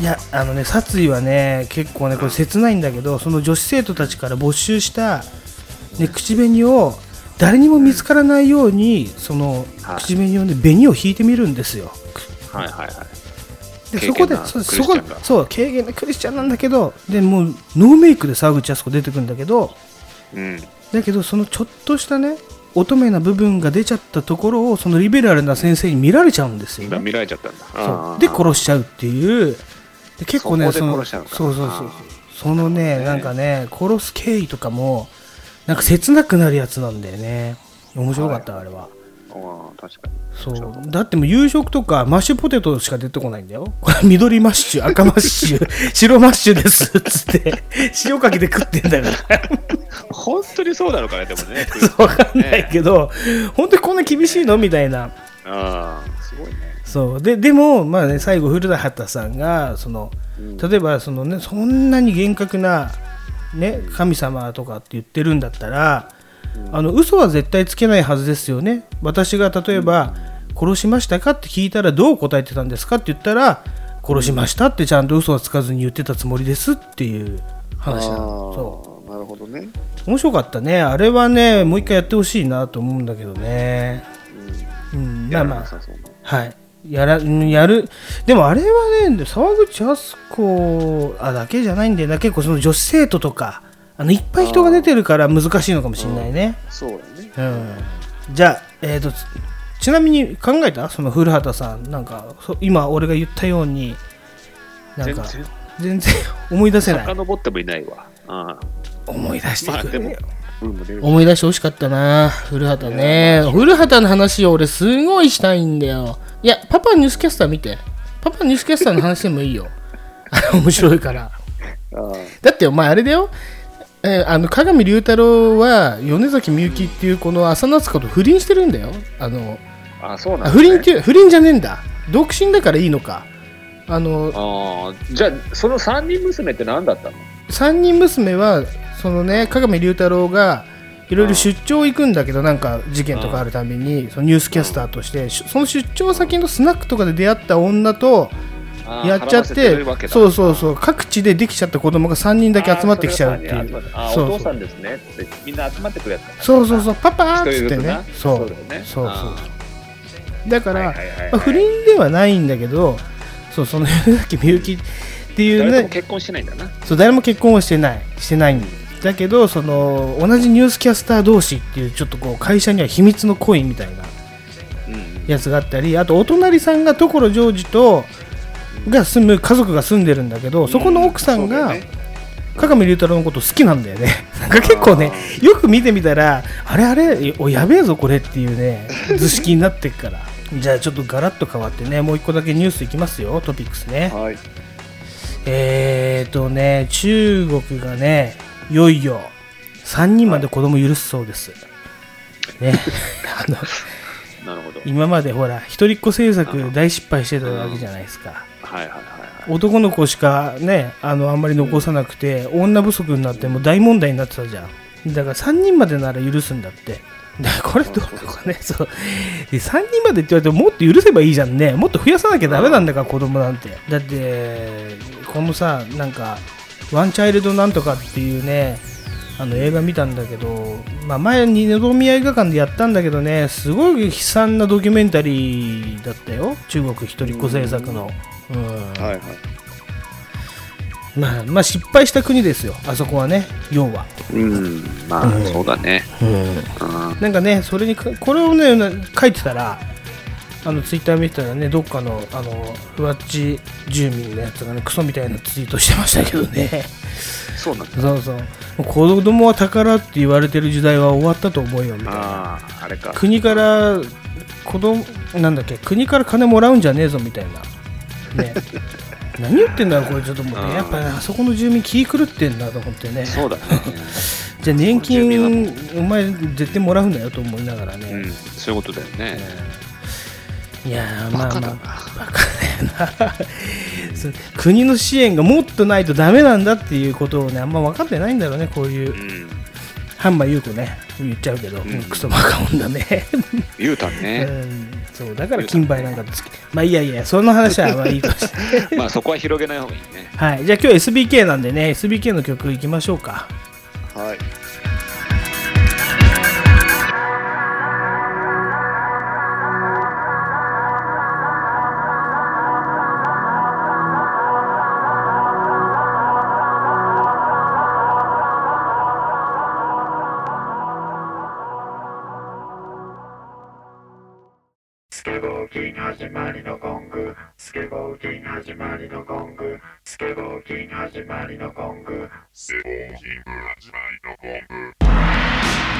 B: いやあのね殺意はね結構ねこれ切ないんだけどその女子生徒たちから没収した、ね、口紅を誰にも見つからないようにその
A: はい
B: 口紅をね紅を引いてみるんですよ。
A: はいはいはい。
B: で
A: 軽
B: そこで
A: 減な
B: そう
A: ク
B: そ
A: リスチ
B: こで
A: ャンが
B: そう軽減なクリスチャンなんだけどでもうノーメイクで沢口靖子出てくるんだけど
A: うん。
B: だけどそのちょっとしたね乙女な部分が出ちゃったところをそのリベラルな先生に見られちゃうんですよ
A: だ
B: ね。
A: 見られちゃったんだ。
B: そ
A: あ
B: う
A: ー
B: で殺しちゃうっていうで結構ね
A: そこで殺しちゃう
B: の
A: んだ
B: そうそうそう
A: あ
B: そのねなんかね殺す経緯とかもなんか切なくなるやつなんだよね面白かった、あれは
E: ああ、確かに。
B: そうだってもう夕食とかマッシュポテトしか出てこないんだよこ れ緑マッシュ赤マッシュ白マッシュですっつって 塩かけて食ってんだから
A: 本当にそうなのかね、でも ね。
B: そうわかんないけど、本当にこんな厳しいのみたいな。
A: あ
E: すごいね。
B: そうででも、まあね、最後、古田畑さんがその例えばその、ね、そんなに厳格な、ね、神様とかって言ってるんだったら、あの嘘は絶対つけないはずですよね、私が例えば、殺しましたかって聞いたらどう答えてたんですかって言ったら殺しましたってちゃんと嘘はつかずに言ってたつもりですっていう話なの。そう
E: ああ、なるほどね。
B: 面白かったねあれはねもう一回やってほしいなと思うんだけどねうんまあま
E: な
B: あ
E: さそうな。
B: はいやらうんやるでもあれはね沢口靖子あだけじゃないんだよな結構その女子生徒とかあのいっぱい人が出てるから難しいのかもしれないね
E: そうだね。
B: うんじゃあえっ、とつちなみに考えたその古畑さんなんかそ今俺が言ったようになんか
A: 全然
B: 全然思い出せ
A: あ。
B: ない
A: 遡ってもいないわ。あ
B: 思い出して
A: まあ
B: く
A: で
B: れ
A: も、
E: うん、も出る。
B: 思い出してほしかったな古畑ね古畑の話を俺すごいしたいんだよいやパパニュースキャスター見てパパニュースキャスターの話でもいいよ あれ面白いから
E: あ
B: だってお前あれだよえーあの加賀見龍太郎は米崎みゆきっていうこの浅夏子と不倫してるんだよあの
E: あ、あそう
B: あ
E: なんだ、ね。
B: 不倫っていう不倫じゃねえんだ独身だからいいのかあ
A: あ
B: の
A: あ。じゃあ、その三人娘って何だったの
B: 三人娘はそのね加賀美龍太郎がいろいろ出張行くんだけどなんか事件とかあるたびにそのニュースキャスターとしてしその出張先のスナックとかで出会った女と
A: あー
B: やっち
A: 絡
B: ゃっ
A: ませ
B: て
A: るわけだ
B: そうそうそう各地でできちゃった子供が3人だけ集まってきちゃうって
A: あー
B: いう
A: それはね集まってあー、お
B: そう
A: 父
B: そ
A: さ
B: うん
A: ですねってみんな集まってくるやつだ
B: そうそうそうパパーっ
A: 一
B: つ
A: 人
B: っ
A: ず
B: て
A: つ
B: ね
A: な
B: そう
A: そうだよね
B: そうそ
A: あ
B: うだから
A: はいはいはいはい
B: まあ不倫ではないんだけどそうその 米崎みゆきっていう
A: 誰と
B: ね
A: も結婚してないんだな。
B: そう誰も結婚はしてないしてないんだけどその同じニュースキャスター同士っていうちょっとこう会社には秘密の恋みたいな
A: うん。
B: やつがあったりあとお隣さんが所ジョージとが住む家族が住んでるんだけどそこの奥さん
E: そう
B: が
E: だよね
B: 加賀美龍太郎のこと好きなんだよねなんか結構ねよく見てみたらあれあれおやべえぞこれっていうね図式になってっからじゃあちょっとガラッと変わってねもう一個だけニュースいきますよトピックスね
E: はい。
B: えーとね、中国がね、いよいよ3人まで子供許すそうです。ね、あの
A: なるほど。
B: 今までほら、一人っ子政策大失敗してたわけじゃないですか。
A: はいはいはいはい。
B: 男の子しかね、あのあんまり残さなくて、女不足になってもう大問題になってたじゃん。だから3人までなら許すんだって。だからこれどうなのかね、そう。で3人までって言われてももっと許せばいいじゃんね。もっと増やさなきゃダメなんだから、子供なんて。だって、このさ、なんか、ワンチャイルドなんとかっていうね、あの映画見たんだけど、まあ、前に二宮映画館でやったんだけどね、すごい悲惨なドキュメンタリーだったよ。中国一人っ子政策の。うん
E: はいはい。
B: まあ、まあ失敗した国ですよあそこはね要は
A: うん。まあ、そうだね。うん。
B: なんかねそれにかこれをねな書いてたらあのツイッター見てたらねどっかのあのふわっち住民のやつがねクソみたいなツイートしてましたけどね
A: そうなんだ。
B: そうそうもう子供は宝って言われてる時代は終わったと思うよみたいな
A: ああ、あれか。
B: 国から子供なんだっけ国から金もらうんじゃねえぞみたい なね何言ってんだろうこれちょっともうねやっぱりねあそこの住民気狂ってんだと思ってね
A: そうだね。
B: じゃあ年
A: 住民はも
B: 金お前絶対もらうなよと思いながらね、
A: うん。そういうことだよね。。
B: いやーまあまあバカだよな そう国の支援がもっとないとダメなんだっていうことをねあんま分かってないんだろうねこういううんハンマー優子ね言っちゃうけど、うんクソバカ女 ね、
A: 言うた
B: う
A: ね。
B: ん、そうだから金杯なんかつけまあいいやいやその話はまあいいとして
A: まあそこは広げない方がいいね。
B: はいじゃあ今日 SBK なんでね SBK の曲いきましょうか
E: はい。
F: スケボーキン始まりのゴングスケボーキン始まりのゴングスケボーキン始まりのゴングスケボーキン始まりのゴング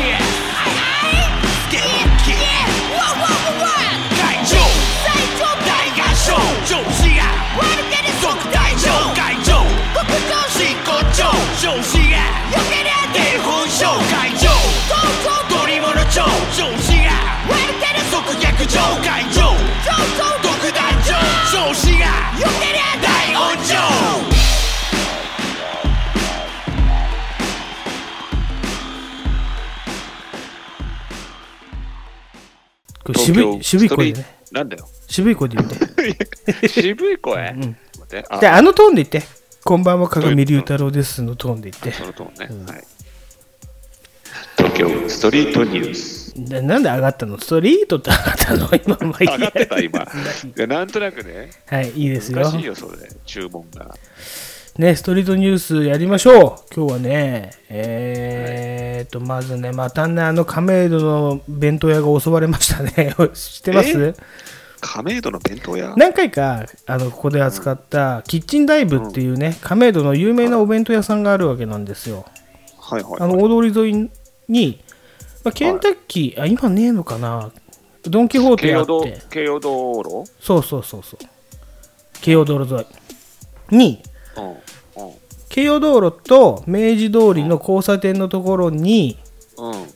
C: スケボーキン会長大合唱上司が特大賞会長真骨頂上司が英本賞会長乗り物長上司が即逆上会長特大賞上司が大恩賞
B: これ渋い渋い声で
A: 東京スト
B: ね
A: リートなんだよ。
B: 渋い声で言って
A: 渋い声。
B: ん
A: 待って。
B: で
A: あ、
B: あのトーンで言って「こんばんは鏡龍太郎です」のトーンで言って
A: そのとね。はい。東京ストリートニュース。
B: でなんで上がったのストリートって上 がったの今まあいいや
A: 上がってた 今。いやなんとなくね。
B: はいいいですよ
A: 難しいよ、それ。注文が。
B: ね、ストリートニュースやりましょう今日はねえーっと、まずねまたねあの亀戸の弁当屋が襲われましたね 知ってます
A: 亀戸の弁当屋。
B: 何回かあのここで扱ったキッチンダイブっていうね亀戸の有名なお弁当屋さんがあるわけなんですよ
A: はいはい。
B: あの大通り沿いに、まあ、ケンタッキー、あ今ねえのかなドン・キホーテ
A: 京
B: が
A: 葉
B: あっ
A: 道
B: て、
A: 京葉道路
B: そうそうそうそう京葉道路沿いに
A: うん。うん。
B: 京葉道路と明治通りの交差点のところに、
A: うん。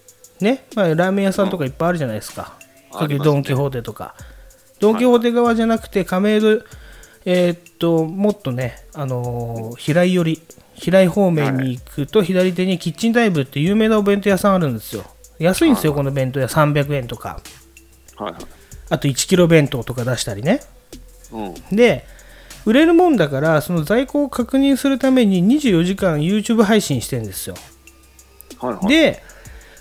B: ね、まあ、ラーメン屋さんとかいっぱいあるじゃないですか。
A: うん
B: さっ
A: あり
B: き
A: ますね
B: ドン・キホーテとか。ドン・キホーテ側じゃなくて、亀戸、えーっと、もっとね、あのー平井寄り、平井方面に行くと、左手にキッチンダイブって有名なお弁当屋さんあるんですよ。安いんですよ、この弁当屋、300円とか。
A: はいはい。
B: あと1キロ弁当とか出したりね。
A: うん。
B: で、売れるもんだから、その在庫を確認するために24時間 YouTube 配信してるんですよ。
A: はいはい。
B: で、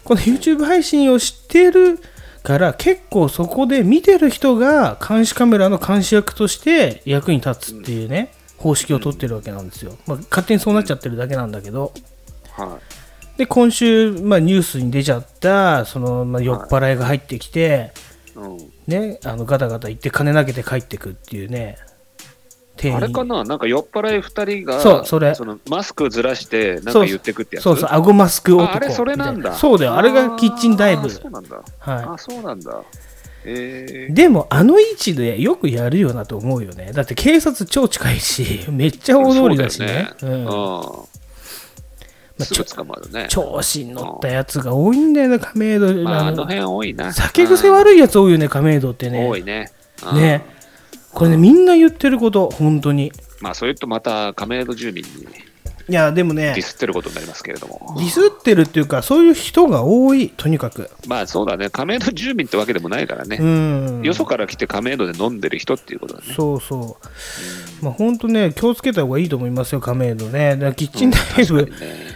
B: この YouTube 配信をしてるから、結構そこで見てる人が監視カメラの監視役として役に立つっていうね、方式を取ってるわけなんですよ。まあ、勝手にそうなっちゃってるだけなんだけど。
A: は
B: で、今週、まあ、ニュースに出ちゃった、その、まあ、酔っ払いが入ってきて、
A: い。うん。
B: ね、あのガタガタ言って金投げて帰ってくっていうね、定
A: あれかななんか酔っ払い2人が
B: そうそれ
A: のマスクずらしてなん
B: そう
A: か言ってくってやつ
B: そうそう、顎マスク男
A: ああれそれなん
B: みたい
A: だ
B: そうだよ、あれがキッチンダイ
A: あ
B: ブ
A: ー。そうなんだ、
B: はい
A: あそうなんだえー、
B: でもあの位置でよくやるよなと思うよね。だって警察超近いし、 めっちゃ大通りだしね。
A: そうだよね
B: うん
A: うんすぐ捕まるね
B: 調子に乗ったやつが多いんだよね、亀戸。
A: まあ、
B: あ
A: あ
B: の
A: の辺多いな
B: 酒癖悪いやつ多いよね、亀戸って
A: い
B: ね。
A: 多いねうん
B: ね。これね、みんな言ってること、本当に。
A: まあそれとまた亀戸住民に
B: いや、でもね
A: ディ、スってることになりますけれども
B: デ。ィスってるっていうか、そういう人が多い、とにかく。
A: まあそうだね、亀戸住民ってわけでもないからね。
B: うん。
A: よそから来て亀戸で飲んでる人っていうことだね。
B: そうそう。まあ、ほんとね、気をつけた方がいいと思いますよ、亀戸ね。だからキッチンタイプ、
A: ね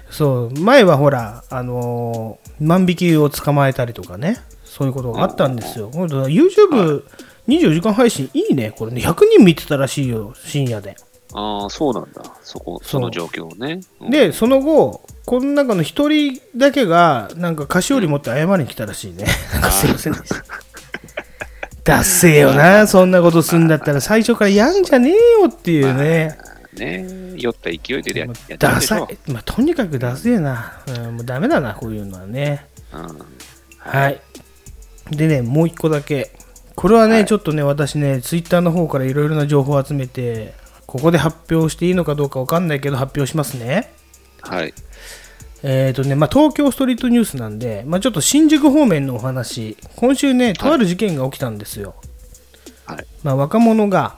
B: そう、前はほら、あのー万引きを捕まえたりとかね、そういうことがあったんですよ。ほんとだ YouTube、24時間配信、いいね、これね、100人見てたらしいよ、深夜で。
A: ああ、そうなんだ。そこ、
B: そ
A: そ
B: う
A: の状況をね。うん
B: で、その後、この中の一人だけが、なんか菓子折り持って謝りに来たらしいね。なんかすいませんでした。だっせえよな、そんなことすんだったら、最初からやんじゃねえよっていうね。
A: ね、酔った勢いでやや
B: も
A: っ
B: う
A: てる
B: ダ
A: でし
B: サ
A: ょ。
B: い、まあ、とにかくダセえな、うん、もうダメだな、こういうのはね。
A: うん
B: はい。でね、もう一個だけ。これはね、ちょっとね、私ね、ツイッターの方からいろいろな情報を集めて、ここで発表していいのかどうかわかんないけど、発表しますね。
A: はい。
B: えーとねまあ、東京ストリートニュースなんで、まあ、ちょっと新宿方面のお話、今週ね、とある事件が起きたんですよ。
A: はい
B: まあ、若者が、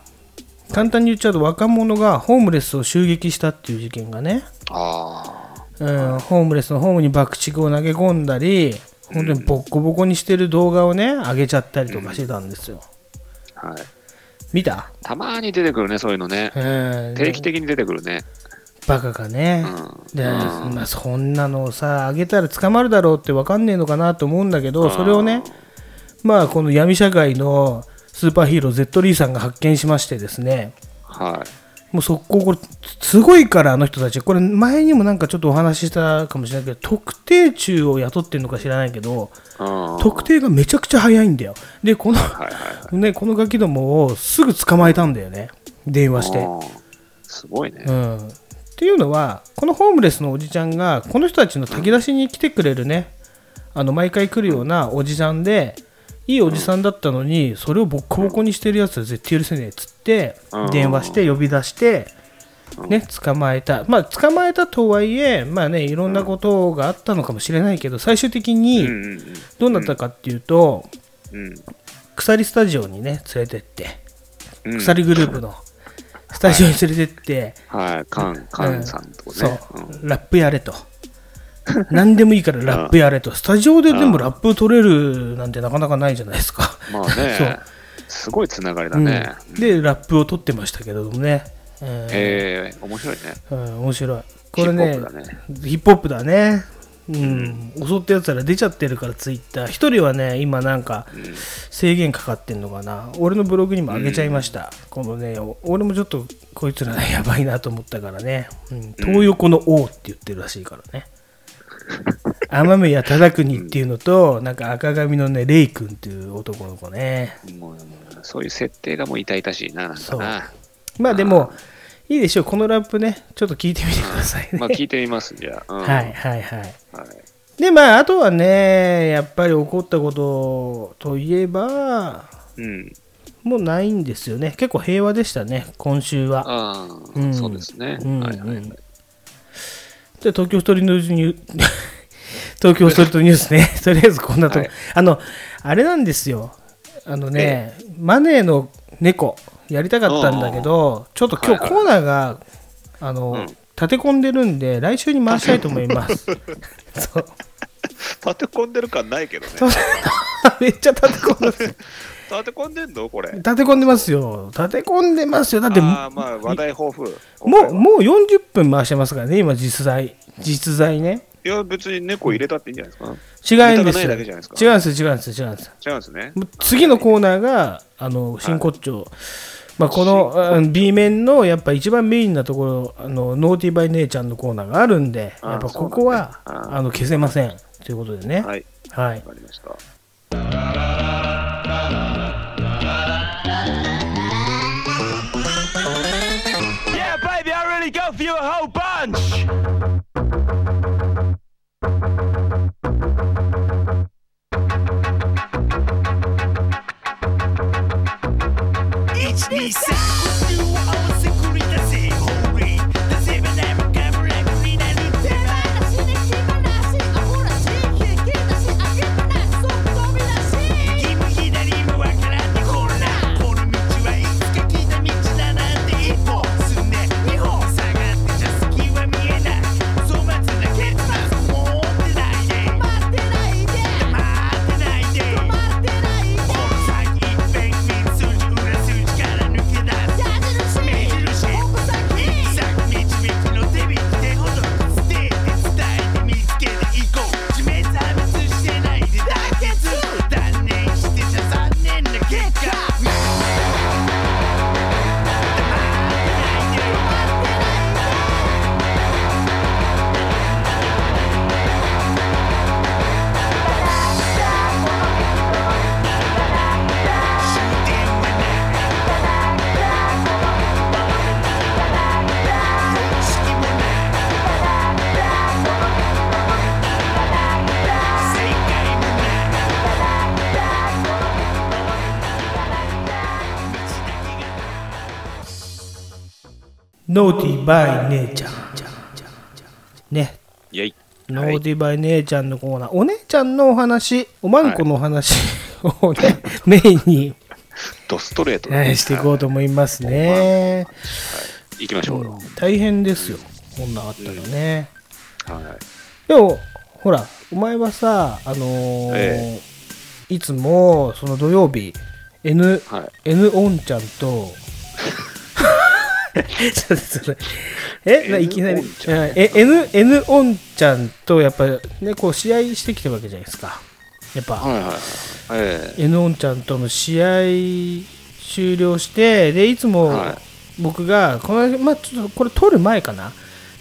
B: 簡単に言っちゃうと、若者がホームレスを襲撃したっていう事件がね、
A: ああ、
B: うん、ホームレスのホームに爆竹を投げ込んだり、本当にボッコボコにしてる動画をね、上げちゃったりとかしてたんですよ。
A: はい。
B: 見た、
A: たまに出てくるね、そういうのね。
B: うん、
A: 定期的に出てくるね。
B: バカがね、
A: う
B: でまあ、そんなのをさ、あげたら捕まるだろうって分かんねえのかなと思うんだけど、それをね、まあ、この闇社会のスーパーヒーロー、ゼットリーさんが発見しましてですね、
A: は
B: もう速攻、これ、すごいから、あの人たち、これ、前にもなんかちょっとお話ししたかもしれないけど、特定中を雇ってるのか知らないけど、
A: い。うん。
B: 特定がめちゃくちゃ早いんだよ。で、この、
A: はいはいはい。
B: ね、このガキどもをすぐ捕まえたんだよね、電話して。
A: うんすごいね
B: う。ん、っていうのはこのホームレスのおじちゃんがこの人たちの炊き出しに来てくれるねあの毎回来るようなおじさんでいいおじさんだったのにそれをボッコボコにしてるやつは絶対許せねえっつって
A: うん
B: 電話して呼び出してね捕まえたまあ捕まえたとはいえまあねいろんなことがあったのかもしれないけど最終
A: う
B: 的
A: ん
B: に
A: うん
B: どうなったかっていうと
A: うん
B: 鎖スタジオにね連れてって
A: うん。
B: 鎖グループのスタジオに連れてって
A: はい、カン、カンさんとか
B: そ
A: ね。
B: う、ラップやれと。何で もいいからラップやれと。スタジオででもラップ取れるなんてなかなかないじゃないですか。
A: うんまあ
B: そ
A: ね
B: う、
A: すごいつながりだね。
B: うんで、ラップを取ってましたけれどもね。え
A: えー、面白いね。
B: ーうん面白い。これね
A: ヒップホップだね、
B: ヒップホップだね。うん、襲ったやつら出ちゃってるからツイッター一人はね今なんか制限かかってんのかな俺のブログにも上げちゃいました、このねお俺もちょっとこいつらやばいなと思ったからね、うん、東横の王って言ってるらしいからね天宮忠国っていうのとなんか赤髪のねレイ君っていう男の子ね
A: もうそういう設定がもう痛々しいな、なんかな。
B: まあでもいいでしょうこのラップねちょっと聞いてみてくださいね、
A: まあ聞いてみます、じ ゃあ。うん
B: はい。はいはい
A: はい
B: でまああとはねやっぱり起こったことといえば
A: うん。
B: もうないんですよね結構平和でしたね今週は
A: あ
B: う
A: あ、
B: ん
A: そうですね。
B: うん
A: はいはいはい。
B: で東京ストリートニュー 東京ストリートニュースね とりあえずこんなとこ、
A: はい
B: あのあれなんですよあのねマネーの猫やりたかったんだけどちょっと今日
A: はいはい
B: コーナーがあの、
A: うん
B: 立て込んでるんで来週に回したいと思います そう
A: 立て込んでる感ないけどね。
B: めっちゃ立て込んでます
A: 立て込んでんのこれ。
B: 立て込んでますよ。立て込んでますよ。だって、
A: ああ、まあ話題豊富。
B: もう、もう40分回してますからね、今実在。実在ね。
A: いや、別に猫入れたっていいんじゃないですか。
B: 違うんです
A: ネタがない
B: よ。
A: だけじゃない
B: 違うん
A: です
B: で
A: すか
B: 違うんです、違うんです、違うんです。
A: 違うんですね。
B: もう次のコーナーが、あの、真骨頂。まあ、この、うん B 面の、やっぱ一番メインなところ、あの、ノーティーバイ姉ちゃんのコーナーがあるんで、
A: あー
B: やっぱここは、
A: そうなんだあ
B: あの、消せません。ということでね。
A: はい、
B: はい。
A: わかりました。
G: 「
B: ノーティーバイ姉ちゃん。ね、
A: イェイ。
B: ノーディバイ姉ちゃんのコーナー、お姉ちゃんのお話、おまんこのお話をね、メインに、
A: ドストレートだ
B: ね、
A: ね
B: していこうと思いますね。
A: 行きましょうよ。
B: 大変ですよ、こんなあったらね。
A: はい。
B: でも、ほら、お前はさ、あのー
A: え
B: いつも、その土曜日、N、
A: はい
B: N オンち ゃんと、ちょっとそれえないきなり、え N, N オンちゃんと、やっぱね、こう、試合してきてるわけじゃないですか。やっぱ、
A: はいはいはい。え
B: N オンちゃんとの試合終了して、で、いつも
A: は
B: 僕が、この、まあ、ちょっとこれ撮る前かな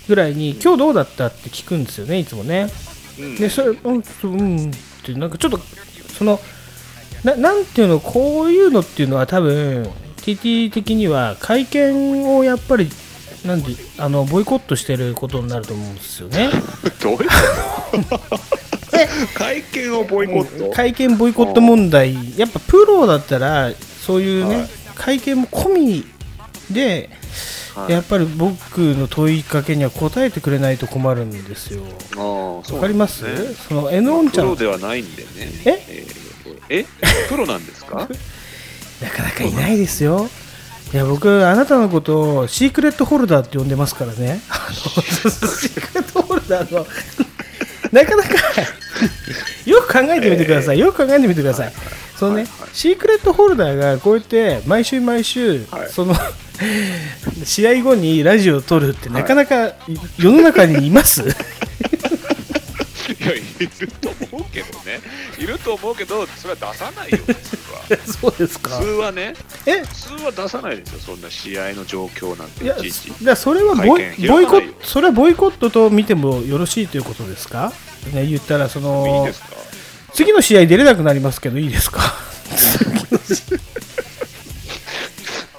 B: ぐらいに、今日どうだったって聞くんですよね、いつもね。
A: えうん
B: で、それ、うん、そううんって、なんかちょっと、その、ななんていうの、こういうのっていうのは多分、TT 的には会見をやっぱり、なんで、あの、ボイコットしてることになると思うんですよね。
A: どういうこと会見をボイコット
B: 会見ボイコット問題、やっぱプロだったら、そういうね、
A: はい
B: 会見も込みで、
A: はい
B: やっぱり僕の問いかけには答えてくれないと困るんですよ。
A: ああ、そう
B: わかりますその、エノン
A: プ
B: ちゃん、
A: ロ
B: な
A: ではないんでね。
B: え
A: ええプロなんですか
B: かなかいないですよ。いや、僕、あなたのことをシークレットホルダーって呼んでますからね。あのシークレットホルダーの、なかなか、よく考えてみてください。よく考えてみてください。そのね、シークレットホルダーがこうやって毎週毎週、その 試合後にラジオを撮るってなかなか世の中にいます、
A: いや、いると思うけどね。いると思うけど、それは出さないよ、普通は。
B: そうです
A: 普通はね、
B: え
A: 普通は出さないですよ、そんな試合の状況なんて
B: いや
A: いちいち。
B: だそれはボイ
A: 会見
B: ボイ
A: 開
B: コ
A: かないよ
B: ットそれはボイコットと見てもよろしいということですか、ね、言ったらそ
A: いい
B: の
A: ですか
B: 次の試合出れなくなりますけどいいですか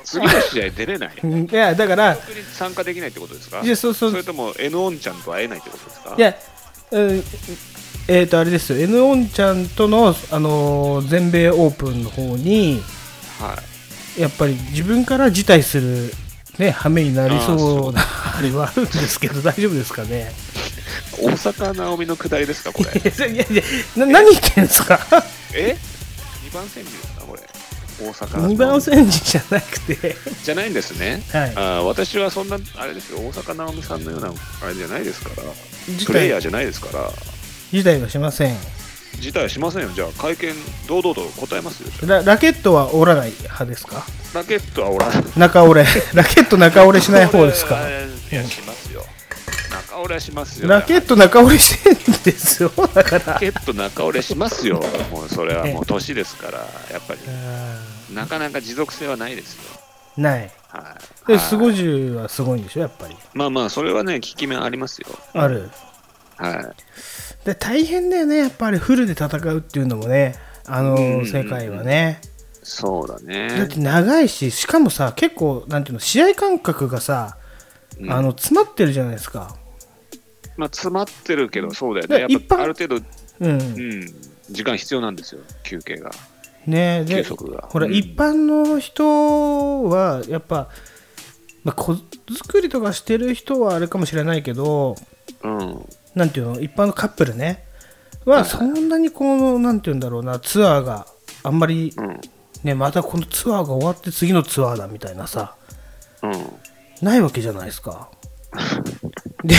A: 次の試合出れ ない。
B: うんいやだから
A: 本当に参加できないってことですか
B: いやそうそう
A: それとも、エノオンちゃんと会えないってことですか
B: いや、うん、えっ、と、あれですよ、N オンちゃんとの、あのー全米オープンの方に、
A: はい。
B: やっぱり自分から辞退する、ね、羽目になりそうな、あれはあるんですけど、大丈夫ですかね。
A: 大坂なおみの下りですか、これ。
B: いやいやいや、な何言ってんですか
A: え二番煎じですか、これ。大阪
B: 二番煎じじゃなくて、
A: じゃないんですね。
B: はい
A: あー私はそんな、あれですよ、大坂なおみさんのようなあれじゃないですから、
B: 辞
A: プレイヤー
B: 退
A: じゃないですから、
B: 辞退はしません
A: 辞退はしませんよ。じゃあ、会見、堂々と答えますよ。
B: ラ。ラケットは折らない派ですか
A: ラケットはおらない。
B: 中折れ、 ラケット中折れしない方ですか
A: 中折れはいや、しますよ。中折れはしますよ。
B: ラケット中折れしてんですよ、 だから
A: ラ。ケット中折れしますよ。もうそれはもう年ですから、やっぱり、なかなか持続性はないですよ。
B: ない。
A: はい。
B: で、
A: はい
B: すごじはすごいんでしょ、やっぱり。
A: まあまあ、それはね、効き目ありますよ。
B: ある。
A: は
B: で、大変だよね、やっぱりフルで戦うっていうのもね、あの
A: うん
B: 世界はね。
A: い。そうだ
B: だっ
A: ね。
B: て長いし、しかもさ、結構、なんていうの、試合感覚がさ、
A: うん
B: あの詰まってるじゃないですか。
A: まあ、詰まってるけど、そうだよ
B: で
A: ね。やっ
B: 一般
A: ぱ、ある程度、
B: うん
A: う。ん、時間必要なんですよ、休憩が。
B: ねで
A: 休息が
B: ほら、
A: うん
B: 一般の人は、やっぱ、まあ、子作りとかしてる人はあれかもしれないけど、
A: うん。
B: なんていうの一般のカップルねはそんなにこのなんていうんだろうなツアーがあんまり
A: うん。
B: ねまたこのツアーが終わって次のツアーだみたいなさ
A: うん。
B: ないわけじゃないで すか。で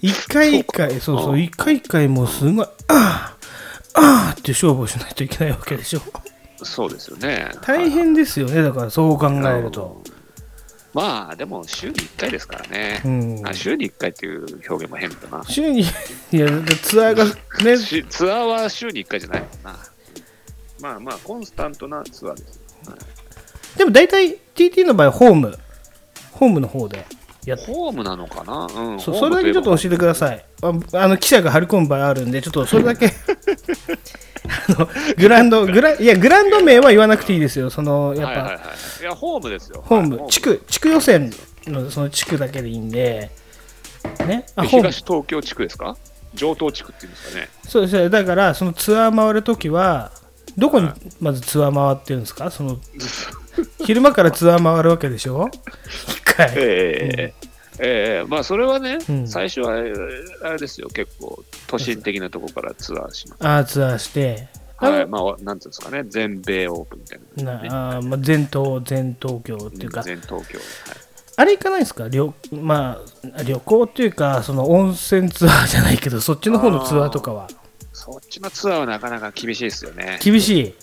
B: 一回一回そうそう一回一回もうすごいああああって勝負をしないといけないわけでしょ。
A: そうですよね。
B: 大変ですよねだからそう考えると。
A: まあ、でも、週に1回ですからね。
B: うん
A: あ週に1回っていう表現も変だな。
B: 週に いやツアーがね
A: しツアーは週に1回じゃないもんな。まあまあ、コンスタントなツアーです。
B: でも大体 TT の場合はホームホームの方でやって
A: ホームなのかなうん。
B: そう
A: ホ
B: そ
A: ーム
B: れだけちょっと教えてくださいああの記者が張り込む場合あるんでちょっとそれだけ あのグラウンドグラいやグラウンド名は言わなくていいですよその
A: え
B: や
A: ば
B: っ
A: は
B: ぱ、
A: いはいはい。いや、ホームですよ。
B: ホーム、
A: はい
B: 地。区地区予選のその地区だけでいいんでねあ
A: で
B: ホーム
A: 東東京地区ですか上東地区っていうんですかね。
B: そうですねだからそのツアー回るときはどこにまずツアー回ってるんですかその昼間からツアー回るわけでしょはい。
A: ええええまあそれはね、
B: うん
A: 最初はえーあれですよ、結構都心的なとこからツアーしま
B: あーツアーして、
A: す。はい、まあ、なんていうんですかね、全米オープンみたいな
B: な
A: ね、
B: あーまあ、全東、全東京っていうか、
A: 全東京。はい
B: あれ行かないですか旅,、まあ、旅行っていうか、その温泉ツアーじゃないけど、そっちの方のツアーとかは、
A: そっちのツアーはなかなか厳しいですよね。
B: 厳しい。